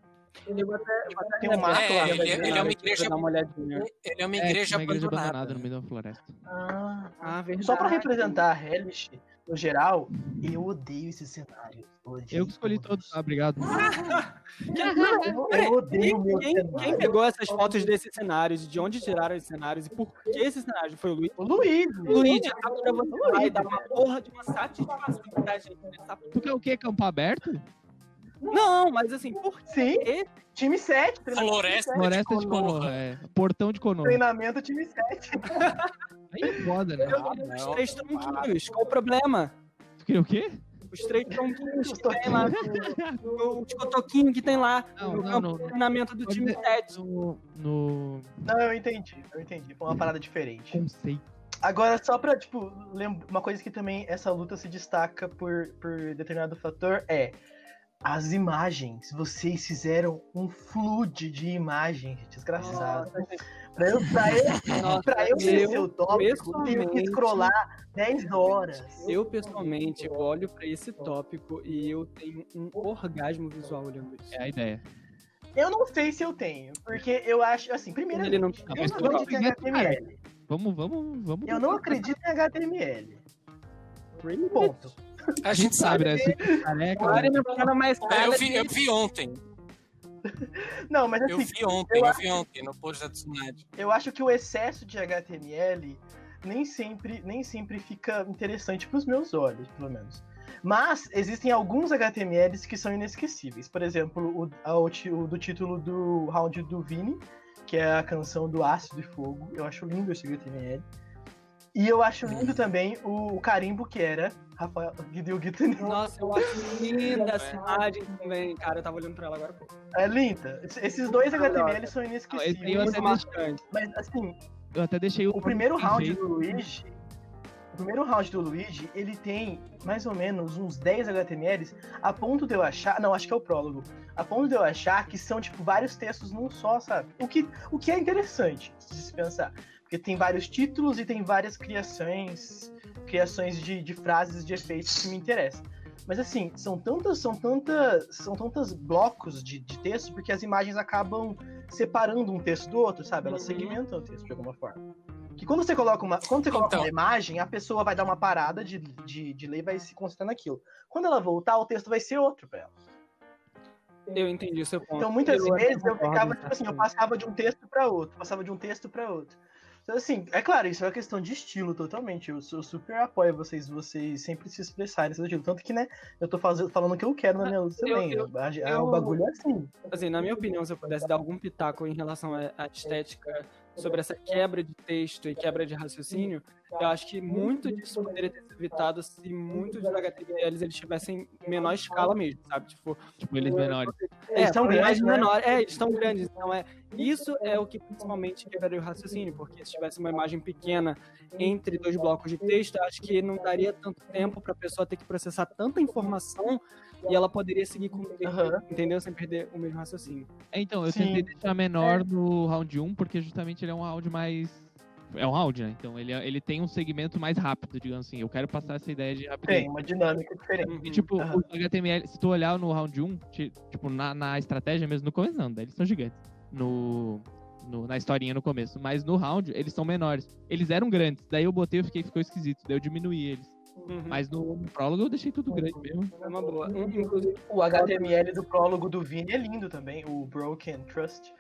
S1: Eu até, eu até
S2: Tem um mato
S1: lembro- eu lembro
S2: lá, ele é- ele é uma
S1: agora,
S3: igreja-
S1: deixa eu um dar uma olhadinha.
S3: Ele é uma
S4: É, tipo,
S3: igreja,
S4: uma igreja abandonada,
S3: abandonada.
S4: no meio da floresta.
S2: Ah,
S1: Ah, verdade.
S2: Só pra representar a Hellish, no geral, eu odeio esse cenário. Odeio
S4: Eu que escolhi todos. tá? Ah, obrigado.
S2: Não, eu, eu odeio o
S1: Quem,
S2: meu
S1: quem- quem
S2: cenário.
S1: pegou essas fotos desses cenários? De onde tiraram esses cenários? E por que esses cenários? Foi o Luiz?
S2: O Luiz.
S1: Luiz, agora você
S2: Luiz.
S1: vai dar uma porra de uma satisfação pra gente nessa
S4: Tu quer o quê? Campo aberto?
S1: Não, mas assim, por
S2: Sim,
S1: quê?
S2: time 7.
S3: Floresta.
S4: Floresta de
S3: Konoha.
S4: Konoha, é. Portão de Konoha.
S2: Treinamento time 7.
S4: Aí é foda, né?
S1: Eu queria os
S3: não.
S1: três tronquinhos. Qual o problema?
S4: Tu queria o quê?
S1: Os três tronquinhos que tem lá. no- Os cotoquinhos que tem lá
S4: Não,
S1: no
S4: não,
S1: campo
S4: não.
S1: de treinamento do
S4: Pode
S1: time
S4: ver.
S1: 7.
S4: No, no
S2: Não, eu entendi, eu entendi. Foi uma parada diferente.
S4: conceito.
S2: Agora, só pra, tipo, lem- uma coisa que também essa luta se destaca por, por determinado fator é as imagens. Vocês fizeram um flood de imagens, desgraçado. Pra eu, pra eu,
S1: Nossa,
S2: pra eu ser
S1: eu
S2: seu tópico, eu tenho que
S1: pessoalmente-
S2: scrollar 10 horas.
S1: Eu pessoalmente olho pra esse tópico e eu tenho um orgasmo visual olhando isso.
S4: É a ideia.
S2: Eu não sei se eu tenho, porque eu acho, assim, primeiro
S1: Ele não- tá
S2: eu
S4: mas
S2: não
S4: tu
S2: acredito em
S4: acredita,
S2: HTML.
S4: Vamos, vamos, vamos.
S2: Eu não acredito em HTML. Ponto.
S3: A gente sabe.
S4: sabe, né? Esse careca,
S1: Agora
S4: né?
S1: não fala mais
S3: É,
S1: nada.
S3: eu, vi, eu vi ontem.
S2: Não, mas
S3: Eu
S2: assim,
S3: vi ontem, eu vi ontem no post da Tsunade.
S2: eu acho que o excesso de HTML nem sempre, nem sempre fica interessante para os meus olhos, pelo menos. Mas existem alguns HTMLs que são inesquecíveis. Por exemplo, o, a- o ti- o do título do round do Vini, que é a canção do Ácido e Fogo. Eu acho lindo esse HTML. E eu acho
S4: Uhum.
S2: lindo também o, o carimbo que era Rafael Guido Guitanel.
S1: Nossa, eu acho linda essa imagem também, cara. Eu tava olhando pra ela agora.
S2: É linda. Esses dois HTML são
S4: Ah, esse aí
S2: inesquecíveis.
S4: eu
S1: Muito
S4: até
S1: marcante.
S2: Mas assim,
S4: Eu até deixei o.
S2: O primeiro
S4: Tem
S2: round
S4: jeito.
S2: do Luigi. O primeiro round do Luigi, ele tem mais ou menos uns 10 HTMLs, a ponto de eu achar. Não, acho que é o prólogo. A ponto de eu achar que são, tipo, vários textos num só, sabe? O que, o que é interessante de se pensar. Porque tem vários títulos e tem várias criações. Criações de, de frases, de efeitos que me interessam. Mas assim, são tantas, são tantas, são tantos blocos de, de texto, porque as imagens acabam separando um texto do outro, sabe? Elas
S1: Uhum.
S2: segmentam o texto de alguma forma. Que quando você coloca uma, quando você coloca
S3: Então.
S2: uma imagem, a pessoa vai dar uma parada de, de, de ler e vai se concentrar naquilo. Quando ela voltar, o texto vai ser outro pra ela.
S1: Eu entendi o seu ponto.
S2: Então, muitas
S1: Eu
S2: vezes eu
S1: concordo,
S2: ficava, tipo assim, eu
S1: exatamente.
S2: passava de um texto pra outro, passava de um texto pra outro. Então, Então, assim, é claro, isso é uma questão de estilo totalmente. Eu, eu super apoio vocês, vocês sempre se expressarem sobre estilo. Tanto que, né, eu tô fazendo, falando o que eu quero na minha luz também.
S1: Ah, eu-
S2: A- a-
S1: eu-
S2: o bagulho é assim.
S1: Assim, na minha opinião, se eu pudesse dar algum pitaco em relação à à estética sobre essa quebra de texto e quebra de raciocínio, eu acho que muito disso poderia ter sido evitado se muitos dos HTMLs eles tivessem menor escala mesmo, sabe? Tipo,
S4: Tipo, eles menores.
S1: é,
S2: Eles são
S1: por imagem
S2: grandes, né?
S1: menor, é, eles são grandes. Então, é, isso é o que principalmente quebraria o raciocínio, porque se tivesse uma imagem pequena entre dois blocos de texto, eu acho que não daria tanto tempo para a pessoa ter que processar tanta informação e ela poderia seguir com
S2: Aham.
S1: entendeu? Sem perder o mesmo raciocínio.
S4: É, Então, eu
S2: Sim.
S4: tentei deixar menor no round 1, porque justamente ele é um round mais. É um round, né? Então ele, é- ele tem um segmento mais rápido, digamos assim. Eu quero passar essa ideia de rapidez.
S2: Tem uma dinâmica diferente.
S4: E, tipo,
S2: Hum, Aham.
S4: o HTML, se tu olhar no round 1, ti- tipo, na, na estratégia mesmo, no começo não, daí eles são gigantes. No, no- na historinha no começo. Mas no round, eles são menores. Eles eram grandes, daí eu botei e fiquei, ficou esquisito. Daí eu diminuí eles.
S2: Hum.
S1: Uhum.
S4: Mas no, no prólogo eu deixei tudo grande
S2: Uhum.
S4: mesmo.
S1: É uma boa. Um, Inclusive,
S2: O HTML do prólogo do Vini é lindo também, o Broken Trust.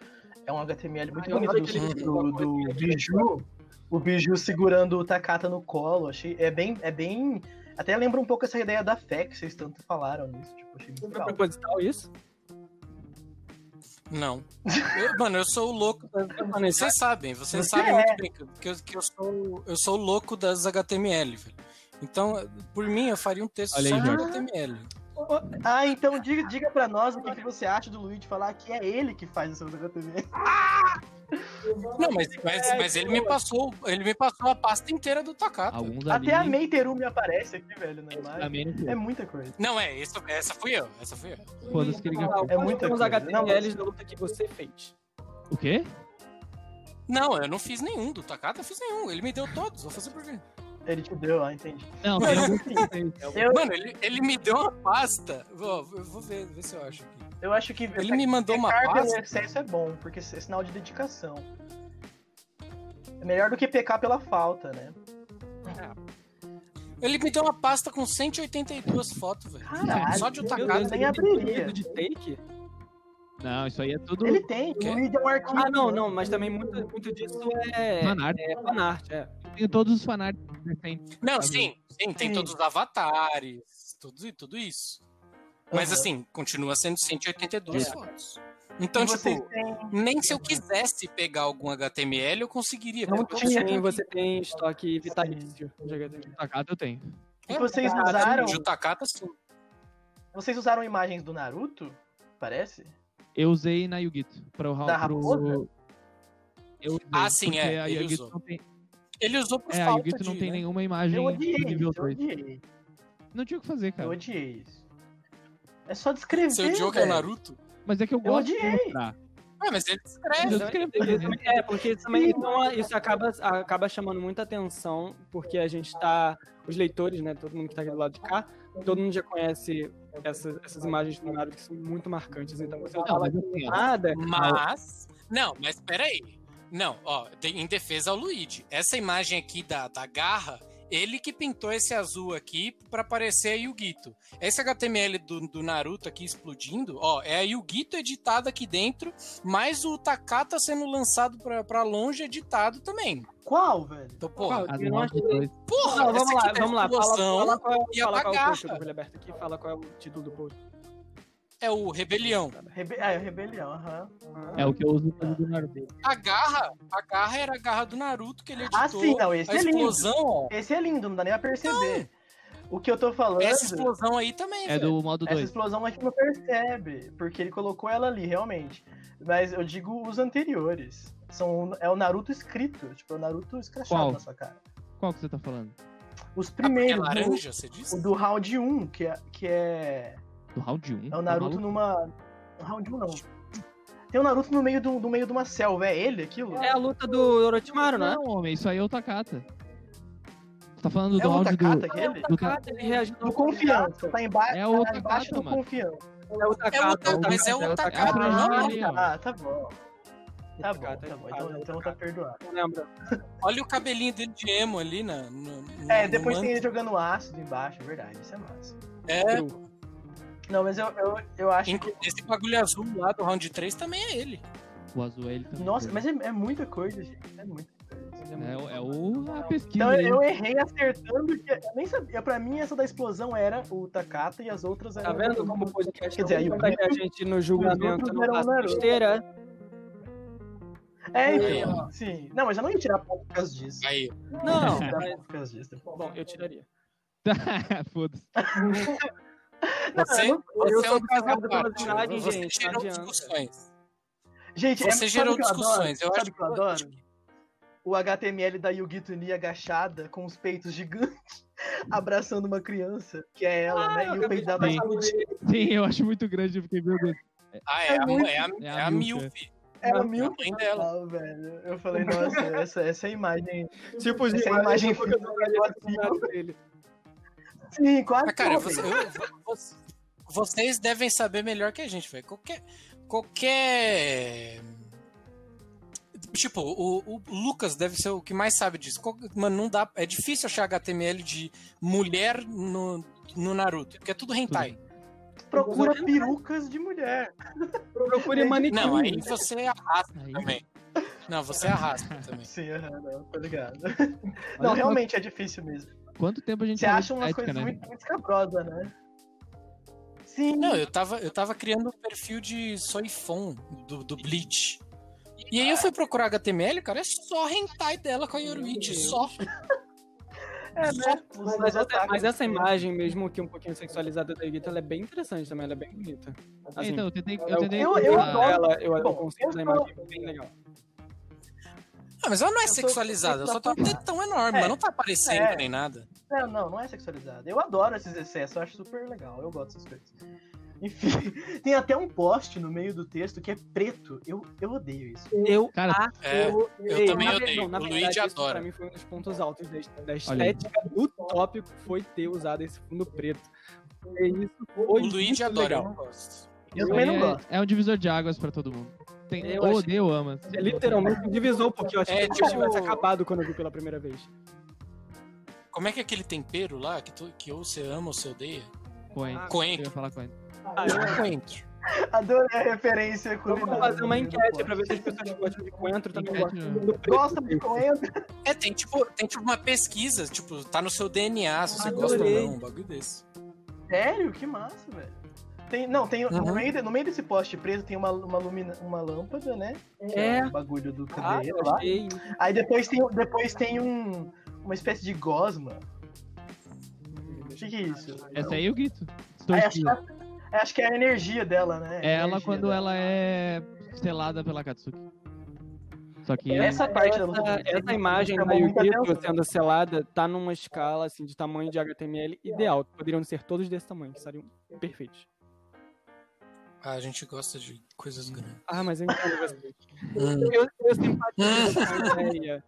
S2: É um HTML muito
S1: Ah, eu
S2: bonito
S1: adoro
S2: do,
S1: aquele-
S2: do, do Biju. O Biju segurando o Takata no colo. Achei, é bem, é bem. Até lembra um pouco essa ideia da fé que vocês tanto falaram nisso. Tipo, achei muito
S1: foi
S2: legal.
S1: proposital isso?
S3: Não. Eu- mano, eu sou o louco. Vocês sabem, vocês
S2: Você
S3: sabem
S2: é.
S3: muito bem que, que eu, que eu sou, eu sou o louco das HTML, velho. Então, por mim, eu faria um texto
S4: Olha
S3: só
S4: aí,
S3: de
S4: Jorge.
S3: HTML.
S2: Ah, então diga, diga pra nós o que, que você acha do Luigi falar que é ele que faz os seus HTML.
S3: Não, mas, mas, mas ele me passou, ele me passou a pasta inteira do Takata.
S4: Alguns
S2: Até a
S4: ali.
S2: Meiterume aparece aqui, velho, na imagem.
S4: Amém,
S2: É muita coisa.
S3: Não, é, essa, essa fui eu, essa fui eu.
S4: Foda-se que ele gravou.
S2: É muita
S1: Os
S2: coisa.
S1: HTMLs da luta que você fez.
S4: O quê?
S3: Não, eu não fiz nenhum do Takata, eu fiz nenhum. Ele me deu todos, vou fazer por quê?
S2: Ele te deu, ah, entendi.
S4: Não,
S2: Mas,
S4: tem alguns
S2: assim,
S4: que tem.
S2: Eu,
S3: Mano, ele, ele me deu uma pasta. Ó, eu vou ver, ver se eu acho aqui.
S2: eu acho que.
S3: Ele me mandou uma
S2: pecar pelo
S3: pasta.
S2: excesso é bom, porque é sinal de dedicação. É melhor do que pecar pela falta, né?
S3: Ele me deu uma pasta com 182 fotos, velho.
S2: Caralho,
S3: Só de
S2: meu
S3: Takata.
S2: Deus, nem
S1: ele tem
S2: abriria.
S1: medo de take?
S4: Não, isso aí é tudo.
S2: Ele tem,
S3: quê?
S2: o Reed é um arquivo.
S1: Ah, não, não, mas também muito, muito disso é,
S4: fanart.
S1: é fanart. É.
S4: Tem todos os fanarts recentes.
S3: Não,
S4: Tá
S3: sim, sim, tem
S2: Sim.
S3: todos os avatares, tudo, tudo isso. Mas
S2: Aham.
S3: assim, continua sendo 182
S1: É.
S3: fotos. Então,
S2: E vocês
S3: tipo,
S2: têm-
S3: nem se eu quisesse pegar algum HTML, eu conseguiria.
S2: Não
S3: porque eu
S2: tinha.
S3: consegui.
S1: Sim, você tem estoque vitalício de HTML.
S4: Tacado eu tenho.
S2: E vocês
S3: Takata,
S2: usaram-
S3: É De Takata, sim.
S2: Vocês usaram imagens do Naruto? Parece?
S4: Eu usei na Yugito. Pra o round.
S2: Da raposa?
S4: pro... Eu usei,
S3: Ah, sim, é,
S4: porque A
S3: ele
S4: Yugito
S3: usou.
S4: não tem,
S3: Ele usou por
S4: é, a
S3: falta
S4: Yugito
S3: de,
S4: não tem
S3: né?
S4: nenhuma imagem
S2: eu odiei,
S4: do nível
S2: isso, eu
S4: 2.
S2: odiei.
S4: Não tinha o que fazer,
S2: Eu
S4: cara.
S2: odiei isso. É só descrever.
S3: Seu Diogo é o
S2: velho.
S3: Naruto?
S4: Mas é que eu gosto de
S2: odiei.
S4: mostrar.
S3: Ah, mas ele
S4: Mas eu
S3: escreve.
S4: escrevo.
S1: É, porque isso também então, isso acaba, acaba chamando muita atenção, porque a gente tá. Os leitores, né? Todo mundo que tá aqui do lado de cá, todo mundo já conhece essas, essas imagens do Naruto que são muito marcantes. Então você não
S4: Não,
S1: fala
S4: mas assim, ó,
S1: nada.
S3: Mas. Não, mas peraí. Não, ó, de- em defesa ao Luigi. Essa imagem aqui da, da garra, ele que pintou esse azul aqui pra parecer a Yugito. Esse HTML do, do Naruto aqui explodindo, ó, é a Yugito editada aqui dentro, mas o Takata sendo lançado pra, pra longe editado também.
S2: Qual, velho?
S3: Então, porra.
S4: a
S1: eu
S4: do
S1: não
S4: round
S1: achei-
S4: dois.
S3: Porra,
S1: Não, vamos
S3: essa
S1: lá,
S3: aqui tá
S1: vamos lá. Fala,
S3: explosão.
S1: fala qual,
S3: e a
S1: fala qual é o post
S3: bagarra.
S1: do Folha Aberta aqui, fala qual é o título do post.
S3: É o Rebelião.
S2: Rebe... Ah, é Rebelião, aham.
S4: É o que eu uso pra do Naruto.
S3: A garra, a garra era a garra do Naruto que ele editou.
S2: Ah, sim,
S1: tá.
S2: não, esse
S3: A
S2: é lindo.
S3: explosão, ó.
S2: Esse é lindo, não dá nem pra perceber. O que eu tô falando,
S3: Essa
S2: essa,
S3: explosão aí também,
S4: É
S3: velho.
S4: do modo 2.
S2: explosão a gente não percebe, porque ele colocou ela ali, realmente. Mas eu digo os anteriores. São, é o Naruto escrito, tipo, é o Naruto escrachado
S4: Qual?
S2: na sua cara.
S4: Qual que você tá falando?
S2: Os
S3: É
S2: primeiros, do-
S3: laranja, você disse?
S2: o do round 1, que é, que é,
S4: Do round Tá 1.
S2: é o Naruto numa... no Round 1 não. Tem o Naruto no meio, do, no meio de uma selva, é ele aquilo?
S1: É a luta do Orochimaru, né?
S4: Não, homem, isso aí é o Takata. Você tá falando
S2: É
S4: do
S2: o
S4: round
S2: Takata
S4: do.
S2: aquele?
S4: do-
S1: ele reagiu
S2: Do confiança, tá embaixo,
S4: É o
S2: tá embaixo do
S4: Takata, mano.
S2: confiança.
S1: É o
S3: É o
S1: Takata.
S3: Takata, mas é o Takata.
S4: Ah,
S3: não,
S4: não.
S2: Ah, tá bom. Tá bom,
S1: Takata,
S2: tá bom.
S1: tá,
S2: Então,
S1: tá,
S2: então tá
S1: Takata.
S2: perdoado.
S1: Não lembro.
S3: Olha o cabelinho dele de emo ali na, no, no-
S2: É,
S3: no
S2: depois tem
S3: manto.
S2: ele jogando ácido embaixo, é verdade, isso é massa.
S3: É,
S2: Não, mas eu, eu, eu acho que.
S3: inclu- esse bagulho azul lá do round 3 também é ele.
S4: O azul é ele também.
S2: Nossa, mas é, é muita coisa, gente. É muita coisa.
S4: É, o- é o, a pesquisa.
S2: Então
S4: aí.
S2: eu errei acertando que eu nem sabia. Pra mim, essa da explosão era o Takata e as outras
S1: Tá
S2: eram.
S1: vendo como o podcast
S2: Quer dizer, aí o
S1: pra que a gente no julgamento
S2: outros
S1: não
S2: eram
S1: faça
S2: Naruto.
S1: besteira?
S2: É,
S3: Aí,
S2: então. Sim. Não, mas eu não ia tirar ponto por causa disso.
S3: Aí,
S1: Não,
S2: Eu ia tirar
S1: mas,
S2: ponto por causa disso.
S1: bom, eu tiraria.
S4: Tá, Foda-se.
S2: eu não-
S3: você, você é
S1: sou
S3: um caso à
S1: obrigado pela
S3: parte.
S1: verdade,
S3: Você
S1: gente, não
S3: gerou
S1: adianta.
S3: discussões.
S2: Gente, é-
S3: Você
S2: sabe
S3: gerou
S2: o que eu adoro?
S3: discussões. Eu
S2: sabe
S3: acho
S2: o que eu adoro? O HTML da Yugito Ni agachada, com os peitos gigantes, abraçando uma criança, que é
S1: Ah,
S2: ela, né? E o peito dela tá
S1: Sim.
S4: Sim, eu acho muito grande, eu fiquei, meu Deus.
S3: Ah, é, a- é, a, é, a
S4: Milka.
S3: Milf.
S2: Era
S1: Não,
S2: mil
S3: mãe dela.
S2: total, velho. Eu falei, nossa, essa, essa imagem.
S1: Tipo,
S2: Essa
S1: Gilmar,
S2: imagem
S1: eu tô jogando
S2: fica-
S1: dele.
S2: Sim, quase.
S3: Mas, cara,
S2: que
S3: você-
S2: eu
S3: eu- você- vocês devem saber melhor que a gente, velho. Qualquer. Qualquer. Tipo, o, o Lucas deve ser o que mais sabe disso. Qual- Mano, não dá. É difícil achar HTML de mulher no, no Naruto, porque é tudo hentai.
S2: procura perucas de mulher.
S1: Procure manequim.
S3: Não, aí você arrasta
S4: Aí,
S3: também. Não, você arrasta também.
S2: Sim, aham, não, tá ligado.
S4: olha
S2: Não,
S4: só
S2: realmente é difícil mesmo.
S4: Quanto tempo a gente
S2: Você
S4: falou
S2: acha
S4: de
S2: umas
S4: ética,
S2: coisas
S4: né?
S2: muito, muito escabrosas, né? Sim.
S3: Não, eu tava, eu tava criando um perfil de soifon do, do Bleach. E aí eu fui procurar HTML, cara, é só hentai dela com a Yoruichi, só.
S2: É, né? Os- os
S1: Mas essa,
S2: otakus,
S1: mas essa
S2: né?
S1: imagem, mesmo que um pouquinho sexualizada da Evita, ela é bem interessante também, ela é bem bonita. Assim,
S4: então, eu tentei. Eu,
S1: eu-
S4: tentei
S2: eu- eu
S4: ah,
S2: adoro.
S1: ela, eu, o
S2: Bom,
S1: conceito da
S2: eu sou-
S1: imagem é bem legal.
S3: Ah, mas ela não é
S2: Eu tô-
S3: sexualizada,
S2: eu
S3: ela
S2: tô
S3: só tem um tetão enorme,
S2: É.
S3: mas não tá aparecendo
S2: É.
S3: nem nada.
S2: Não, não, não é sexualizada. Eu adoro esses excessos, eu acho super legal, eu gosto dessas coisas. Enfim, tem até um post no meio do texto que é preto. Eu, eu odeio isso.
S1: Eu
S4: Cara,
S3: É,
S1: odeio.
S3: também
S1: Na ve-
S3: odeio.
S1: não, na
S3: O
S1: verdade,
S3: Luigi
S1: isso
S3: adora.
S1: Pra mim foi um dos pontos altos da, da
S4: Olha aí.
S1: estética do tópico foi ter usado esse fundo preto. E é isso foi
S3: O Luigi
S1: muito
S3: adora,
S1: é
S3: eu
S1: legal.
S3: não gosto.
S2: Eu
S4: isso
S2: também
S4: aí
S2: não
S4: é,
S2: gosto.
S4: É um divisor de águas pra todo mundo. Tem,
S1: Eu
S4: ou
S1: acho-
S4: odeia ou ama.
S1: É literalmente um divisor, porque eu achei
S3: É,
S1: que
S3: tipo-
S1: eu tivesse acabado quando eu vi pela primeira vez.
S3: Como é que é aquele tempero lá que, tu, que ou você ama ou você odeia?
S4: Coentro. Eu
S3: Coentro.
S4: ia falar coentro.
S1: Ah, eu-
S3: Coentro.
S2: Adorei a referência culinária.
S1: Vamos fazer uma
S2: do
S1: enquete
S2: post.
S1: pra ver se as pessoas gostam de coentro também
S4: Enquete,
S1: gostam
S4: né?
S1: do preto.
S2: Gosta de coentro?
S3: É, tem tipo, tem tipo uma pesquisa, tipo, tá no seu DNA se você
S1: Adorei.
S3: gosta ou não, um bagulho desse.
S2: Sério? Que massa, velho. Tem, não, tem,
S3: Uhum.
S2: no, meio, de- no meio desse poste preto tem uma, uma, lumina, uma lâmpada, né? Que
S1: É.
S2: o bagulho do
S1: Ah,
S2: cadeiro
S1: eu
S2: lá.
S1: achei.
S2: Aí depois tem, depois tem um, uma espécie de gosma. O que, que é isso?
S4: Essa aí é o Guito.
S2: Ah,
S4: Distorcida.
S2: acho, que, acho que é a energia dela, né? A
S4: É ela
S2: energia
S4: quando
S2: dela.
S4: ela é selada pela Katsuki. Só que.
S2: Essa parte da luta
S1: Essa,
S2: do
S1: essa imagem da
S2: chamou muita
S1: Yukito
S2: atenção.
S1: sendo selada tá numa escala assim, de tamanho de HTML ideal. Poderiam ser todos desse tamanho, que estariam perfeitos.
S3: Ah, a gente gosta de coisas grandes.
S1: Ah, mas eu entendo você.
S3: Hum.
S1: Eu, eu simpatizo com a ideia.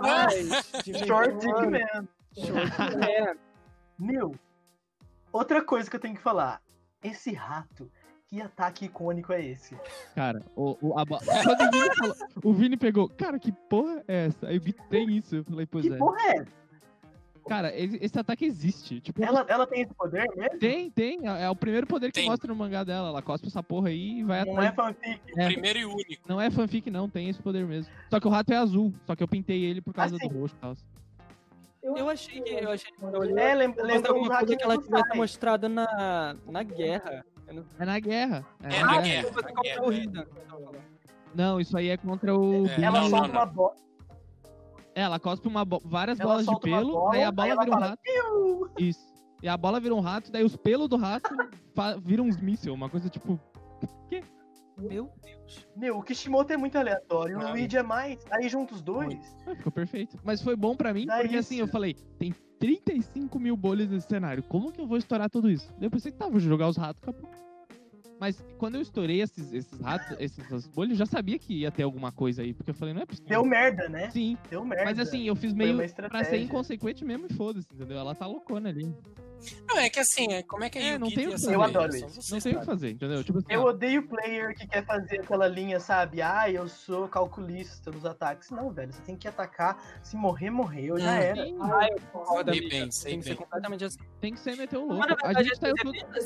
S1: Mas, de vez em
S2: Short
S1: quando,
S2: Dick Man.
S1: short é.
S2: Meu, outra coisa que eu tenho que falar. Esse rato, que ataque icônico é esse?
S4: Cara, o, o, a, ba- quando o Vini falou, o Vini pegou, cara, que porra é essa? Aí o Guito tem isso. Eu falei, pois
S2: que
S4: é.
S2: porra é essa?
S4: Cara, esse, esse ataque existe. Tipo,
S2: Ela, ela tem esse poder mesmo?
S4: tem, tem. É é o primeiro poder que
S3: Tem.
S4: mostra no mangá dela. Ela cospe essa porra aí e vai
S2: Não é
S4: atrás.
S2: fanfic.
S4: É.
S3: Primeiro e único.
S4: Não é fanfic, não, tem esse poder mesmo. Só que o rato é azul, só que eu pintei ele por causa
S2: Assim.
S4: do roxo e tal.
S1: Eu achei que. Eu achei que eu olhei,
S2: É, lem-
S1: Lembra
S2: lembrou um
S1: uma coisa
S2: ratinho
S1: que ela
S2: do
S1: tivesse
S2: Sai.
S1: mostrado na, na guerra. Tipo,
S4: É na guerra.
S3: É
S4: na
S3: na
S4: guerra.
S3: guerra.
S1: Você comprou
S3: guerra.
S1: o Hidan, que eu tava falando.
S4: Não, isso aí é contra o.
S3: É,
S2: Ela
S3: Não,
S2: solta
S3: não, não.
S2: uma bola.
S4: É, Ela cospe uma bo- várias
S2: Ela
S4: bolas de
S2: solta uma
S4: pelo,
S2: bola,
S4: aí a
S2: aí
S4: bola
S2: ela
S4: vira um
S2: fala,
S4: rato. Isso. E a bola vira um rato, daí os pelos do rato fa- viram uns mísseis, uma coisa tipo.
S1: Meu Deus.
S2: Meu, o Kishimoto é muito aleatório.
S3: Ah.
S2: O Luigi é mais. Aí juntos os dois.
S4: ah, Ficou perfeito. Mas foi bom pra mim,
S2: Dá
S4: porque
S2: é isso.
S4: assim, eu falei, tem 35 mil bolhas nesse cenário. Como que eu vou estourar tudo isso? Daí Eu pensei que tá, vou jogar os ratos, acabou. Mas quando eu estourei esses, esses ratos, esses- essas bolhas, eu já sabia que ia ter alguma coisa aí, porque eu falei, não é possível.
S2: Deu merda, né?
S4: Sim,
S2: Deu merda.
S4: mas assim, eu fiz
S2: Foi
S4: meio
S2: uma
S4: pra ser
S2: estratégia.
S4: inconsequente mesmo e foda-se, entendeu? Ela tá loucona ali.
S3: Não, é que assim, é- como é que é,
S4: É, não
S3: Yu-Gi-Oh!
S4: tem
S3: e
S4: o que
S3: essa
S4: fazer.
S3: merda?
S2: Eu adoro
S3: Só
S2: isso.
S3: vocês
S4: Não tem o que
S3: sabem.
S4: fazer, entendeu? Tipo assim,
S2: Eu
S4: ó,
S2: odeio player que quer fazer aquela linha, sabe? Ah, eu sou calculista nos ataques. Não, velho, você tem que atacar. Se morrer, morreu, já
S3: Hum.
S2: era.
S4: Sim.
S1: Ah, eu concordo,
S3: Sei
S1: amiga.
S3: bem, sei
S1: Tem que ser
S3: bem.
S1: completamente assim.
S4: tem que ser meter o louco.
S1: Mas, na
S4: A
S1: verdade,
S4: gente
S3: é
S4: saiu tudo.
S1: 70%,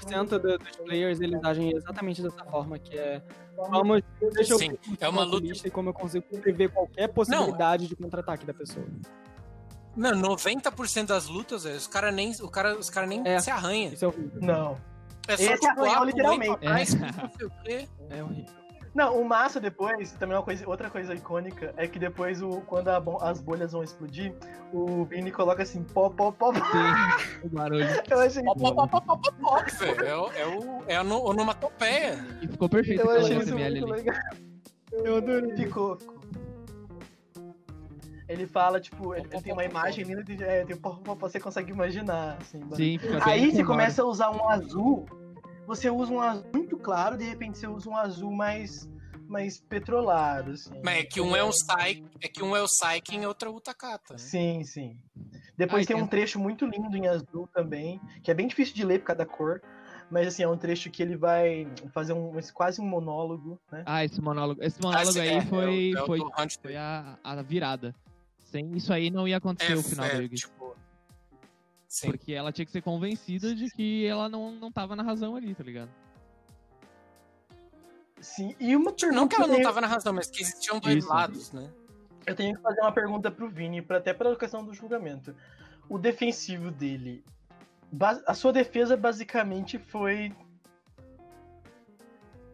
S1: 70 do- dos players eles agem exatamente dessa forma, que é vamos, deixa eu
S3: Sim,
S1: ver como
S3: é uma luta-
S1: calculista e como eu consigo prever qualquer possibilidade de contra-ataque da pessoa.
S3: Não, 90% das lutas, velho, os caras nem, o cara, os cara nem
S1: É.
S3: se arranha.
S1: Isso é horrível.
S2: Não.
S3: É
S2: Esse
S3: tipo,
S2: arranhou
S3: ah, pulou
S2: literalmente.
S3: pra trás,
S4: É.
S3: não sei o quê.
S1: É horrível.
S2: Não, o massa depois, também uma coisa, outra coisa icônica, é que depois, o, quando a bom- as bolhas vão explodir, o Vini coloca assim, pó, pó, pó, pó.
S4: Sim, o barulho.
S2: Eu achei,
S3: Pop, pop, pop, pop, pop, pop, velho. É, o- é, o- é a no- onomatopeia.
S4: E ficou perfeito
S2: eu
S4: aquela
S2: achei isso
S4: SML
S2: muito
S4: ali.
S2: legal. Eu adorei. Ficou, ficou. Ele fala, tipo, ele, ele tem uma imagem linda, de, é, tem um pó, pó, pó, você consegue imaginar, assim.
S4: Sim, fica bem
S2: Aí você
S4: sonoro.
S2: começa a usar um azul, você usa um azul muito claro, de repente você usa um azul mais, mais petrolado, assim.
S3: Mas é que um é um Psy, é que um é o Psyken e outro é o Utakata. né?
S2: Sim, sim. Depois
S4: Ah,
S2: tem um
S4: entendo.
S2: trecho muito lindo em azul também, que é bem difícil de ler por causa da cor, mas assim, é um trecho que ele vai fazer um, esse- quase um monólogo, né?
S4: Ah, esse monólogo, esse
S3: Ah,
S4: monólogo
S3: sim,
S4: aí
S3: é,
S4: foi,
S3: é o- é o
S4: foi,
S3: do Hunter.
S4: foi a, a virada. Sem isso aí não ia acontecer o final da
S3: é,
S4: Yugi.
S3: tipo, sim.
S4: Porque ela tinha que ser convencida de que ela não, não tava na razão ali, tá ligado?
S2: Sim, e uma pergunta.
S3: Não que ela não
S2: eu-
S3: tava na razão, mas que existiam dois
S4: Isso.
S3: lados, né?
S2: Eu tenho que fazer uma pergunta pro Vini, pra, até pra questão do julgamento. O defensivo dele. ba- A sua defesa basicamente foi.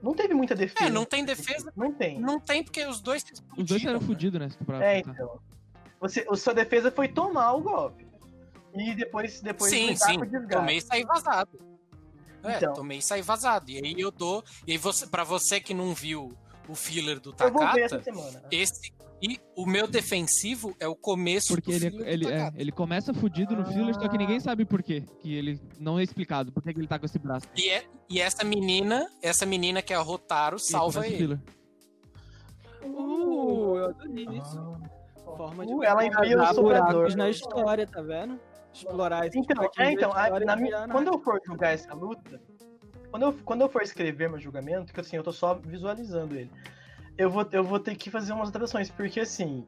S2: Não teve muita defesa.
S3: É, não tem defesa,
S2: Não tem.
S3: não tem, porque os dois se
S4: Os dois eram
S3: né?
S4: fudidos, né? Se tu parar pra
S2: É,
S4: pensar.
S2: então. Você, a sua defesa foi tomar o golpe. E depois, depois
S3: Sim,
S2: lidar
S3: sim.
S2: com o desgaste.
S3: né? Tomei e saí vazado. É,
S2: Então.
S3: tomei e saí vazado. E aí eu dou. E aí você, pra você que não viu o filler do
S2: Eu vou ver
S3: Takata,
S2: essa semana.
S3: esse. E o meu defensivo é o começo
S4: Porque
S3: do
S4: ele,
S3: filler do
S4: ele, é,
S3: Takata.
S4: ele começa fudido no filler, só que
S3: Ah.
S4: ninguém sabe por quê. Que ele não é explicado. Por que que ele tá com esse braço?
S3: E, é- e essa menina, essa menina que é a Rotaro, salva
S4: começa o
S3: ele.
S4: filler.
S1: Uh, eu adorei isso.
S2: Ah.
S1: Forma de
S2: Uh, ela enfia o
S1: explorar
S2: soprador.
S1: buracos na história, tá vendo? Explorar esse
S2: Então,
S1: buraquinho
S2: é,
S1: da
S2: então a-
S1: história e
S2: na mi-
S1: criar na- né?
S2: quando eu for julgar essa luta, quando eu, quando eu for escrever meu julgamento, que assim, eu tô só visualizando ele, eu vou, eu vou ter que fazer umas adaptações, porque assim,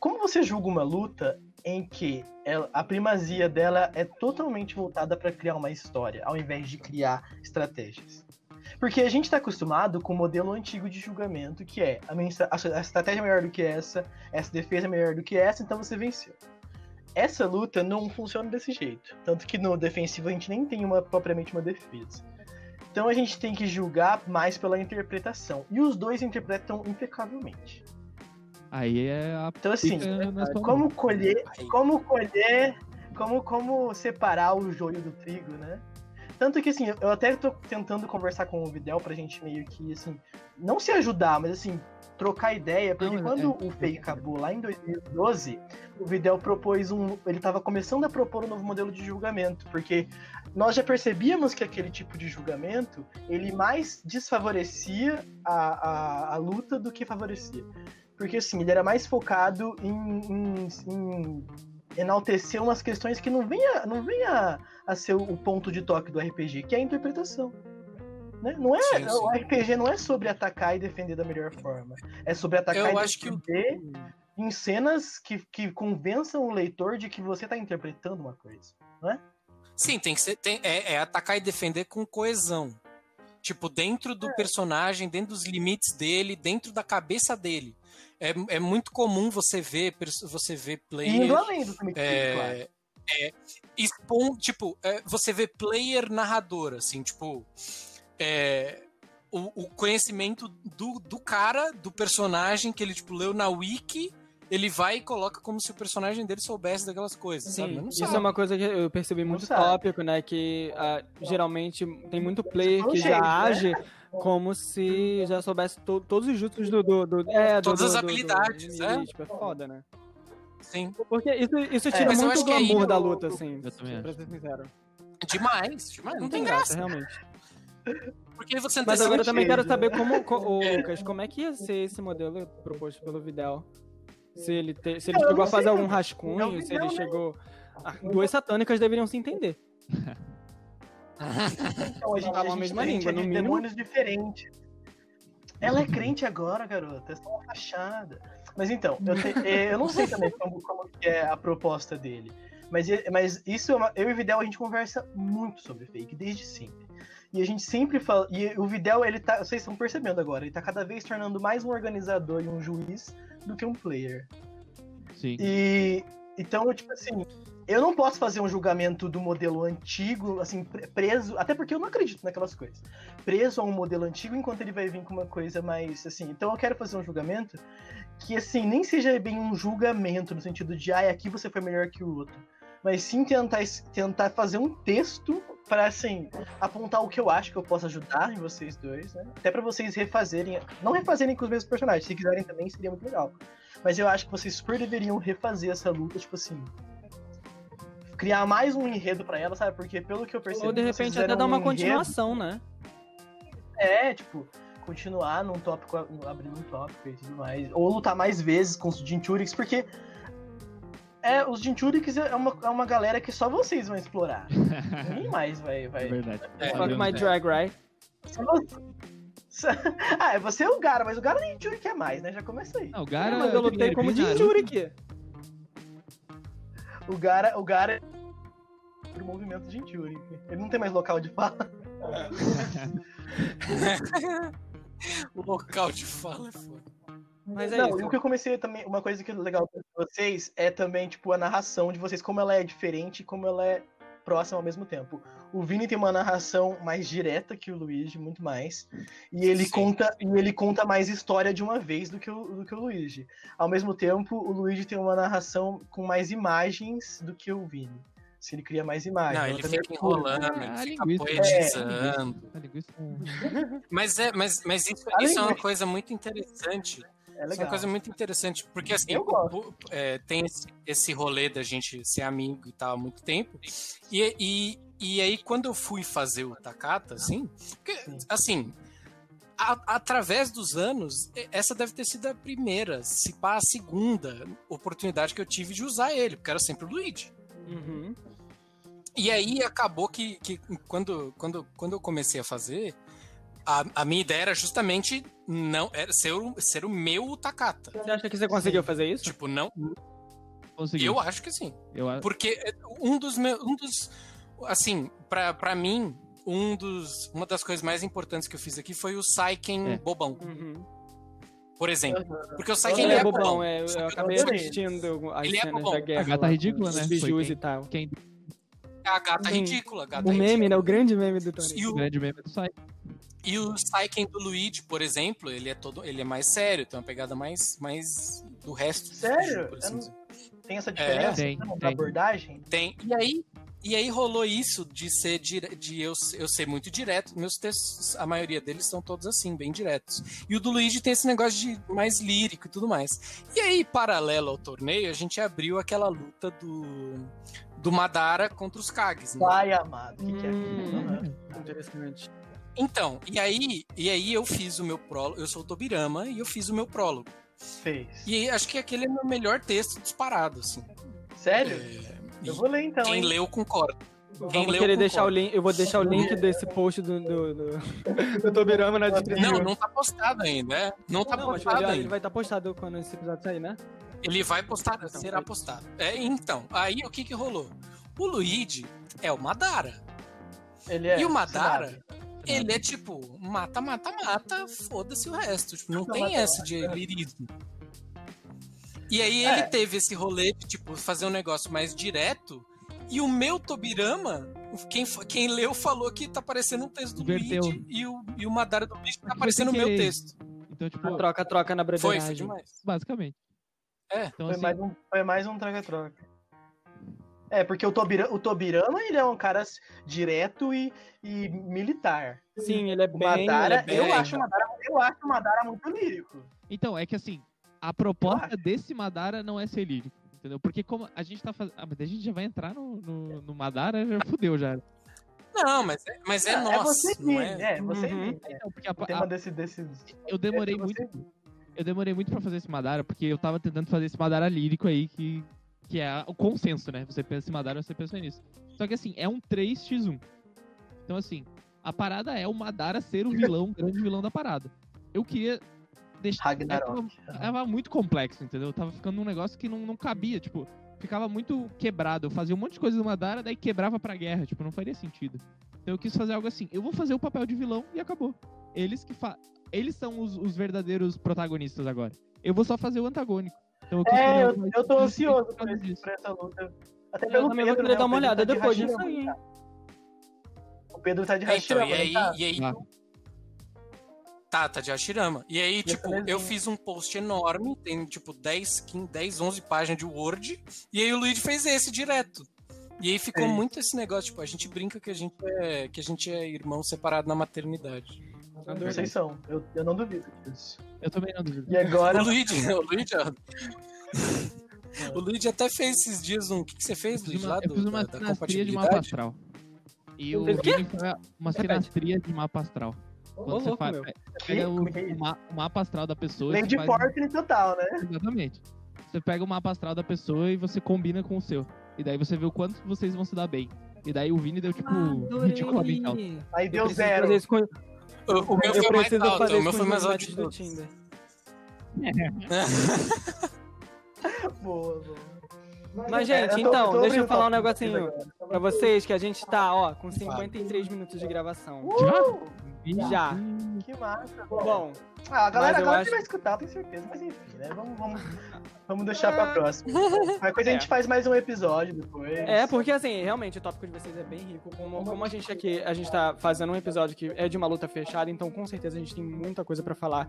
S2: como você julga uma luta em que ela- a primazia dela é totalmente voltada pra criar uma história, ao invés de criar estratégias? Porque a gente tá acostumado com o modelo antigo de julgamento, que é a, minha, estra- a sua- a estratégia é melhor do que essa, essa defesa é melhor do que essa, então você venceu essa luta não funciona desse jeito. Tanto que no defensivo a gente nem tem uma, propriamente uma defesa. Então a gente tem que julgar mais pela interpretação. E os dois interpretam impecavelmente.
S4: Aí é a
S2: Então assim,
S4: pica na sua mão.
S2: como colher,
S3: Aí,
S2: como colher, como como separar o joio do trigo, né? Tanto que assim, eu até tô tentando conversar com o Videl pra gente meio que assim, não se ajudar, mas assim, trocar ideia, porque
S4: Não, é-
S2: quando
S4: é-
S2: o FEI acabou lá em 2012, o Videl propôs um, ele tava começando a propor um novo modelo de julgamento, porque nós já percebíamos que aquele tipo de julgamento, ele mais desfavorecia a, a, a luta do que favorecia. Porque assim, ele era mais focado em, em- em enaltecer umas questões que não venha, não venha a ser o ponto de toque do RPG, que é a interpretação. Né? Não é,
S3: Sim,
S2: O
S3: sim.
S2: RPG não é sobre atacar e defender da melhor forma. É sobre atacar
S3: Eu
S2: e
S3: acho que o-
S2: defender em cenas que, que convençam o leitor de que você tá interpretando uma coisa.
S3: Sim, tem que ser. tem- é, é atacar e defender com coesão. Tipo, dentro do personagem, dentro dos limites dele, dentro da cabeça dele. É, é muito comum você ver, perso- você ver
S2: E
S3: player.
S2: indo além do filme claro.
S3: é, é, expon- tipo, é, você vê player narrador, assim, tipo, é, o, o conhecimento do, do cara, do personagem que ele, tipo, leu na wiki, ele vai e coloca como se o personagem dele soubesse daquelas coisas, sabe? Mas não
S1: Isso
S3: sabe.
S1: é uma coisa que eu percebi
S2: Não
S1: muito
S2: sabe.
S1: tópico, né? Que ah, geralmente tem muito player
S2: Não
S1: que
S2: sei,
S1: já
S2: né?
S1: age como se já soubesse to- todos os jutsus do. do, do- é, do-
S3: Todas
S1: do-
S3: as
S1: do-
S3: habilidades,
S1: do-
S3: né?
S1: Tipo, é foda, né?
S3: Sim,
S1: Porque isso, isso tira
S3: mas eu
S1: muito
S3: acho
S1: o
S3: que é aí
S1: glamour
S3: no-
S1: da luta, assim.
S4: Eu também
S1: Pra ser sincero.
S3: demais, demais. Não tem graça.
S1: realmente.
S3: Porque você tá não
S1: Mas
S3: tem
S1: agora eu também quero
S2: sentido,
S1: saber como. co- Ô, Lucas, como é que ia ser esse modelo proposto pelo Vidal? Se ele, te- se ele
S2: Não, eu
S1: chegou
S2: não
S1: a fazer
S2: sei,
S1: algum
S2: não. Não,
S1: rascunho, se
S2: Vidal,
S1: ele
S2: né?
S1: chegou Ah, duas satânicas deveriam se entender.
S2: Então, a gente,
S1: Falam
S2: a
S1: a
S2: gente
S1: mesma
S2: crente
S1: língua,
S2: é de
S1: no mínimo.
S2: demônios diferentes. Ela é crente agora, garota. Essa é uma fachada. Mas então, eu, te- eh, eu não sei também como, como que é a proposta dele. Mas, e- mas isso, é uma- eu e o Videl, a gente conversa muito sobre fake, desde sempre. E a gente sempre fala. E o Videl, ele tá. Vocês estão percebendo agora, ele tá cada vez tornando mais um organizador e um juiz do que um player.
S4: Sim.
S2: E então, tipo assim, eu não posso fazer um julgamento do modelo antigo, assim, pre- preso, até porque eu não acredito naquelas coisas. Preso a um modelo antigo enquanto ele vai vir com uma coisa mais assim. Então eu quero fazer um julgamento que assim, nem seja bem um julgamento no sentido de, ai, aqui você foi melhor que o outro, mas sim tentar es- tentar fazer um texto para assim, apontar o que eu acho que eu posso ajudar em vocês dois, né? Até para vocês refazerem, não refazerem com os mesmos personagens, se quiserem também seria muito legal. Mas eu acho que vocês super deveriam refazer essa luta, tipo assim. Criar mais um enredo pra ela, sabe? Porque pelo que eu percebi.
S1: Ou de
S2: vocês
S1: repente
S2: fizeram
S1: até dar uma
S2: um enredo-
S1: continuação, né?
S2: É, tipo, continuar num tópico, abrindo um tópico e tudo mais. Ou lutar mais vezes com os Jinchuriks, porque. É, os Jinchuriks é uma, é uma galera que só vocês vão explorar. Ninguém mais vai.
S4: é
S2: vai...
S4: verdade.
S3: É,
S1: Fuck
S4: Valeu.
S1: my drag, right?
S2: Só você- só- ah, você é o Gara, mas o Gara nem Jinchurik é mais, né? Já começa aí.
S4: Não, o Gara, é
S1: mas eu lutei
S4: primeiro,
S1: como
S4: que Naruto,
S1: Jinjuri aqui.
S2: O Gara, o Gara é pro movimento de Injury. Ele não tem mais local de fala.
S4: né?
S3: O local de fala é foda.
S1: Mas é
S2: não,
S1: isso.
S2: e o que eu comecei também, uma coisa que é legal pra vocês é também, tipo, a narração de vocês, como ela é diferente e como ela é próxima ao mesmo tempo. O Vini tem uma narração mais direta que o Luigi, muito mais. E ele
S3: Sim.
S2: conta e ele conta mais história de uma vez do que, o, do que o Luigi. Ao mesmo tempo, o Luigi tem uma narração com mais imagens do que o Vini. Se ele cria mais imagens.
S3: Não,
S2: ela
S3: ele
S2: também
S3: fica
S2: é pura.
S3: enrolando,
S4: Ah, É,
S3: ele fica
S4: linguiça.
S1: É.
S3: poetizando.
S4: a linguiça com-
S3: Mas, é, mas, mas isso,
S2: A
S3: isso é uma
S2: linguiça.
S3: coisa muito interessante.
S2: É
S3: Isso é
S2: legal.
S3: uma coisa muito interessante, porque assim,
S2: Eu gosto.
S3: o- é, tem esse, esse rolê da gente ser amigo e tal há muito tempo. E, e, e aí, quando eu fui fazer o Takata, assim, porque,
S2: Sim.
S3: assim, a- através dos anos, e- essa deve ter sido a primeira, se pá, a segunda oportunidade que eu tive de usar ele, porque era sempre o Luigi.
S1: Uhum.
S3: E aí acabou que, que quando, quando, quando eu comecei a fazer, a, a minha ideia era justamente não era ser, o, ser o meu Takata.
S1: Você acha que você conseguiu fazer isso?
S3: Tipo, não.
S4: Consegui.
S3: Eu acho que sim.
S4: Eu a-
S3: Porque é, um dos meus. Um dos, assim, pra, pra mim, um dos, uma das coisas mais importantes que eu fiz aqui foi o Saiken
S4: É.
S3: bobão,
S1: Uhum.
S3: por exemplo. Porque o Saiken
S2: Quem
S1: Ele
S3: ele
S1: é
S2: é
S1: bobão,
S2: bobão?
S1: é,
S3: Só que
S1: eu
S3: eu
S1: acabei
S2: adorei.
S1: assistindo as
S3: Ele é
S1: cenas
S3: bobão.
S1: da guerra.
S4: A gata
S1: lá,
S4: ridícula,
S1: os
S4: né? Foi
S1: Bijus
S4: quem-
S1: e tal.
S4: Quem
S3: é a gata
S1: Uhum.
S3: ridícula, a gata é
S1: O meme,
S3: ridícula.
S1: né? O grande meme do Tony.
S3: E o,
S4: grande meme é do site.
S3: e o Saiken do Luigi, por exemplo, ele é todo. Ele é mais sério, tem uma pegada mais, mais do resto. do
S2: Sério?
S3: jogo, por
S2: Eu
S3: assim
S2: não-
S3: dizer.
S2: Tem essa diferença
S4: Tem,
S2: né, na
S4: tem.
S2: abordagem?
S3: Tem. E aí, e aí rolou isso de ser dire- de eu, eu ser muito direto. Meus textos, a maioria deles são todos assim, bem diretos. E o do Luigi tem esse negócio de mais lírico e tudo mais. E aí, paralelo ao torneio, a gente abriu aquela luta do do Madara contra os Kages, né?
S2: Pai amado, o que, que é aquilo?
S1: Hum.
S2: Aham.
S1: Interessante.
S3: Então, e aí, e aí eu fiz o meu prólogo, eu sou o Tobirama e eu fiz o meu prólogo.
S2: Fez.
S3: E aí, acho que aquele é o meu melhor texto disparado, assim.
S2: Sério?
S3: e
S2: Eu vou ler então.
S3: Quem
S2: hein?
S3: leu concorda. Quem
S1: Vamos
S3: leu
S1: querer deixar o
S3: concorda.
S1: link. Eu vou deixar o link desse post do, do, do, do Tobirama na descrição.
S3: Não, não tá postado ainda, é. Não tá
S1: Não, mas
S3: postado
S1: vai,
S3: ainda.
S1: ele vai estar postado quando esse episódio sair, né?
S3: Ele vai postar,
S1: Então,
S3: será
S1: foi-
S3: postado. É, então, aí o que que rolou? O Luigi é o Madara.
S2: Ele é
S3: e o Madara,
S2: assinado.
S3: ele é tipo, mata, mata, mata, foda-se o resto. Tipo, não
S2: Mata,
S3: tem
S2: mata,
S3: essa de lirismo. E aí ele
S2: É.
S3: teve esse rolê de, tipo, fazer um negócio mais direto. E o meu Tobirama, quem, fa- quem leu falou que tá parecendo um texto do
S4: Inverteu.
S3: Luigi e o, e o Madara do Luigi tá
S4: Foi
S3: parecendo o
S4: sem
S3: meu
S4: querer.
S3: texto.
S4: Então, tipo,
S1: A troca-troca na
S3: Foi, foi
S1: broderagem.
S3: demais.
S4: basicamente.
S3: É,
S4: Então,
S2: Foi,
S4: assim,
S2: mais um, foi mais um troca-troca. É, porque o, Tobira, o Tobirama, ele é um cara s- direto e, e militar.
S1: Sim, ele é
S2: O
S1: bem...
S2: Madara,
S1: ele é bem-
S2: eu,
S3: bem,
S2: acho o Madara, eu acho o Madara muito lírico.
S4: Então, é que assim, a proposta desse Madara não é ser lírico, entendeu? Porque como a gente tá fazendo. Ah, mas daí a gente já vai entrar no, no, no Madara, já fudeu já. né?
S3: Não, mas é, mas é nosso.
S2: você
S3: não
S2: Vini,
S3: é?
S2: é, você
S1: Uhum.
S2: Vini, é.
S4: Então, porque a-
S2: O
S4: a-
S2: tema desse, desse...
S4: eu demorei
S2: é, você-
S4: muito. Eu demorei muito pra fazer esse Madara, porque eu tava tentando fazer esse Madara lírico aí, que Que é o consenso, né? Você pensa em Madara, você pensa nisso. Só que assim, é um 3x1. Então, assim, a parada é o Madara ser o vilão, o grande vilão da parada. Eu queria deixar.
S2: Ragnarok.
S4: Ela, ela É muito complexo, entendeu? Tava ficando um negócio que não, não cabia, tipo, ficava muito quebrado. Eu fazia um monte de coisa do Madara, daí quebrava pra guerra, tipo, não faria sentido. Então eu quis fazer algo assim, eu vou fazer o papel de vilão e acabou. Eles que fa... Eles são os, os verdadeiros protagonistas agora. Eu vou só fazer o antagônico. Então, eu
S2: É, eu, eu tô ansioso por, esse- por essa luta. Até
S1: Eu
S2: pelo
S1: também vou
S2: Pedro,
S1: querer
S2: né?
S1: dar
S2: O
S1: uma
S2: Pedro
S1: olhada
S2: tá de
S1: depois disso
S2: Hashirama,
S1: aí, hein?
S2: tá? O Pedro tá de
S3: É, então,
S2: Hashirama,
S3: e aí,
S2: não tá?
S3: e aí
S4: Ah.
S3: Tá, tá de Hashirama. E aí, tipo,
S2: também
S3: eu
S2: vi.
S3: fiz um post enorme, tem tipo 10, 15, 10, 11 páginas de Word, e aí o Luigi fez esse direto. E aí ficou
S2: Sim.
S3: muito esse negócio, tipo, a gente brinca que a gente é, que a gente é irmão separado na maternidade.
S1: Adorei.
S2: Vocês são, eu, eu não duvido disso.
S4: Eu também não duvido.
S2: E agora.
S3: O Luigi, o Luigi, ó. O Luigi até fez esses dias um. O que, que você fez,
S4: Eu fiz
S3: Luigi?
S4: uma,
S3: Lá
S4: eu
S3: do,
S4: fiz
S3: da,
S4: uma
S3: da
S4: sinastria de mapa
S3: compatibilidade?
S4: astral. E o
S1: Fez o quê?
S4: Vini foi uma sinastria de mapa astral. Quando
S1: Ô,
S4: você
S1: louco,
S4: fa-
S1: meu.
S4: pega o,
S1: um
S2: Como que é
S4: o
S2: isso?
S4: ma- o mapa astral da pessoa. e
S2: Lady
S4: você faz-
S2: Portland total, né?
S4: Exatamente. Você pega o mapa astral da pessoa e você combina com o seu. E daí você vê o quanto vocês vão se dar bem. E daí o Vini deu, tipo,
S2: uh,
S1: Ah,
S4: ridiculamente alto.
S2: Aí deu
S1: preciso
S2: zero.
S1: fazer isso com-
S3: O, o meu
S1: eu
S3: foi mais
S1: preciso
S3: alto,
S1: fazer
S3: o meu
S1: isso
S3: foi
S1: com os
S3: mais alto
S1: amigos do
S3: de
S1: Tinder.
S3: todos.
S4: É,
S2: Boa, boa.
S1: Mas,
S2: É,
S1: gente,
S2: eu tô-
S1: então,
S2: eu tô
S1: deixa eu
S2: abrindo
S1: falar um
S2: tópico
S1: negocinho
S2: aqui agora.
S1: pra vocês, que a gente tá, ó, com 53 minutos de gravação.
S2: Uh,
S4: Vini,
S1: Já.
S4: hum,
S2: que massa.
S1: Bom,
S2: Ah, a galera
S1: Mas eu
S2: agora
S1: acho-
S2: vai escutar, tenho certeza. Mas enfim, né? Vamos, vamos, vamos deixar pra próxima. Qualquer coisa a gente faz mais um episódio depois.
S1: é porque assim, realmente o tópico de vocês é bem rico. Como, como a gente aqui, a gente tá fazendo um episódio que é de uma luta fechada, então com certeza a gente tem muita coisa pra falar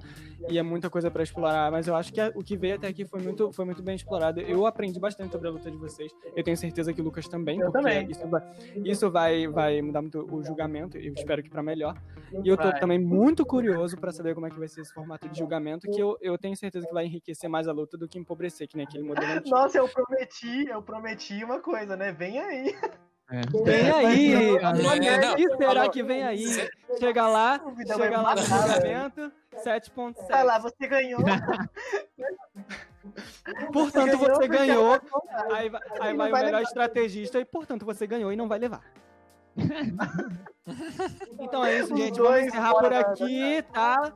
S1: e é muita coisa pra explorar. Mas eu acho que a- o que veio até aqui foi muito, foi muito bem explorado. Eu aprendi bastante sobre a luta de vocês. Eu tenho certeza que o Lucas também,
S2: Eu
S1: porque
S2: também.
S1: isso vai, isso vai, vai mudar muito o julgamento. Eu espero que pra melhor. E eu tô
S2: Vai.
S1: também muito curioso pra saber como é que vai ser esse formato de julgamento, que eu, eu tenho certeza que vai enriquecer mais a luta do que empobrecer, que nem aquele modelo antigo.
S2: Nossa, eu prometi, eu prometi uma coisa, né? Vem aí.
S4: é.
S1: Vem aí!
S2: Mas não,
S1: Olha,
S3: é, não.
S1: O que será que vem aí? Chega lá,
S2: Dúvida, vai
S1: chega lá no
S2: matar,
S3: né?
S1: julgamento, 7.7.
S2: Vai Tá lá, você ganhou.
S1: Portanto, você
S2: porque
S1: ganhou.
S2: ela vai comprar.
S1: Aí vai, aí
S2: Não
S1: vai o
S2: vai
S1: melhor
S2: levar.
S1: estrategista e, portanto, você ganhou e não vai levar. então é isso,
S2: Os
S1: gente. Vamos
S2: dois
S1: encerrar por
S2: fora da-
S1: aqui, tá?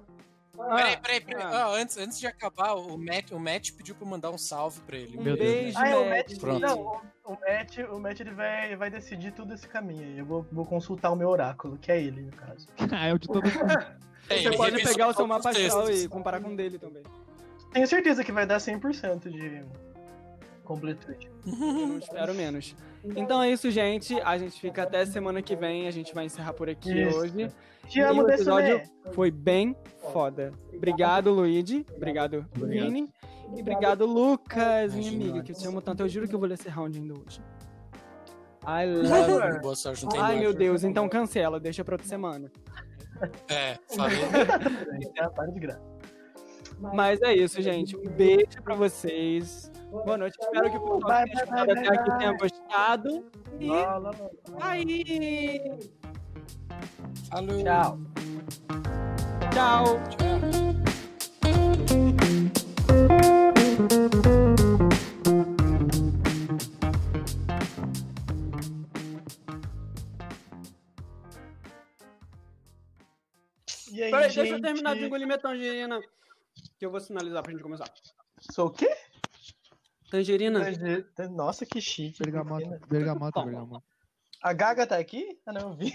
S3: Peraí,
S1: Ah,
S3: peraí, peraí.
S1: Ah.
S3: Ó, antes, antes de acabar, o Matt, o Matt pediu pra eu mandar um salve pra ele.
S1: um
S4: Meu Deus.
S1: beijo,
S2: Ah, é, o
S1: Matt.
S2: Matt,
S3: Pronto.
S2: não, o, o Matt, o Matt ele vai, vai decidir todo esse caminho aí. Eu vou, vou consultar o meu oráculo, que é ele, no caso.
S4: Ah, é o de todo
S3: É,
S1: Você
S3: ele
S1: pode
S3: revisou
S1: pegar o seu
S3: todos os
S1: mapa astral
S3: textos.
S1: e comparar com o dele também.
S2: Tenho certeza que vai dar 100% de completude.
S1: Eu não espero menos. Então é isso, gente. A gente fica até semana que vem. A gente vai encerrar por aqui
S2: Isso.
S1: hoje.
S2: Te
S1: E
S2: amo,
S1: o
S2: desse
S1: episódio foi bem foda. Obrigado, Luigi. Obrigado,
S4: Obrigado.
S1: Vini. E obrigado, Lucas, minha
S3: Imagina.
S1: amiga, que eu te amo tanto. Eu juro que eu vou ler esse round ainda hoje. I love her.
S3: Boa sorte, não tem
S1: Ai,
S3: nada.
S1: meu Deus. Então cancela, deixa pra outra semana.
S3: É, falei.
S2: tá? Para de graça.
S1: Mas é isso, gente. Um beijo pra vocês. Boa noite. Espero que o pessoal
S2: Vai,
S1: que tenha
S2: vai,
S1: escutado
S2: vai,
S1: até aqui
S2: vai.
S1: tenha gostado. E
S2: Lá, lá, lá.
S1: aí!
S3: Falou.
S2: Tchau.
S1: Tchau!
S3: Tchau.
S2: E aí,
S1: Peraí,
S2: gente?
S1: deixa eu terminar de engolir minha tangerina. Que eu vou sinalizar pra gente começar.
S2: Sou o quê?
S1: Tangerina?
S2: Nossa, que chique.
S4: Bergamota, bergamota, bergamota.
S2: A Gaga tá aqui? Ah, não, eu vi.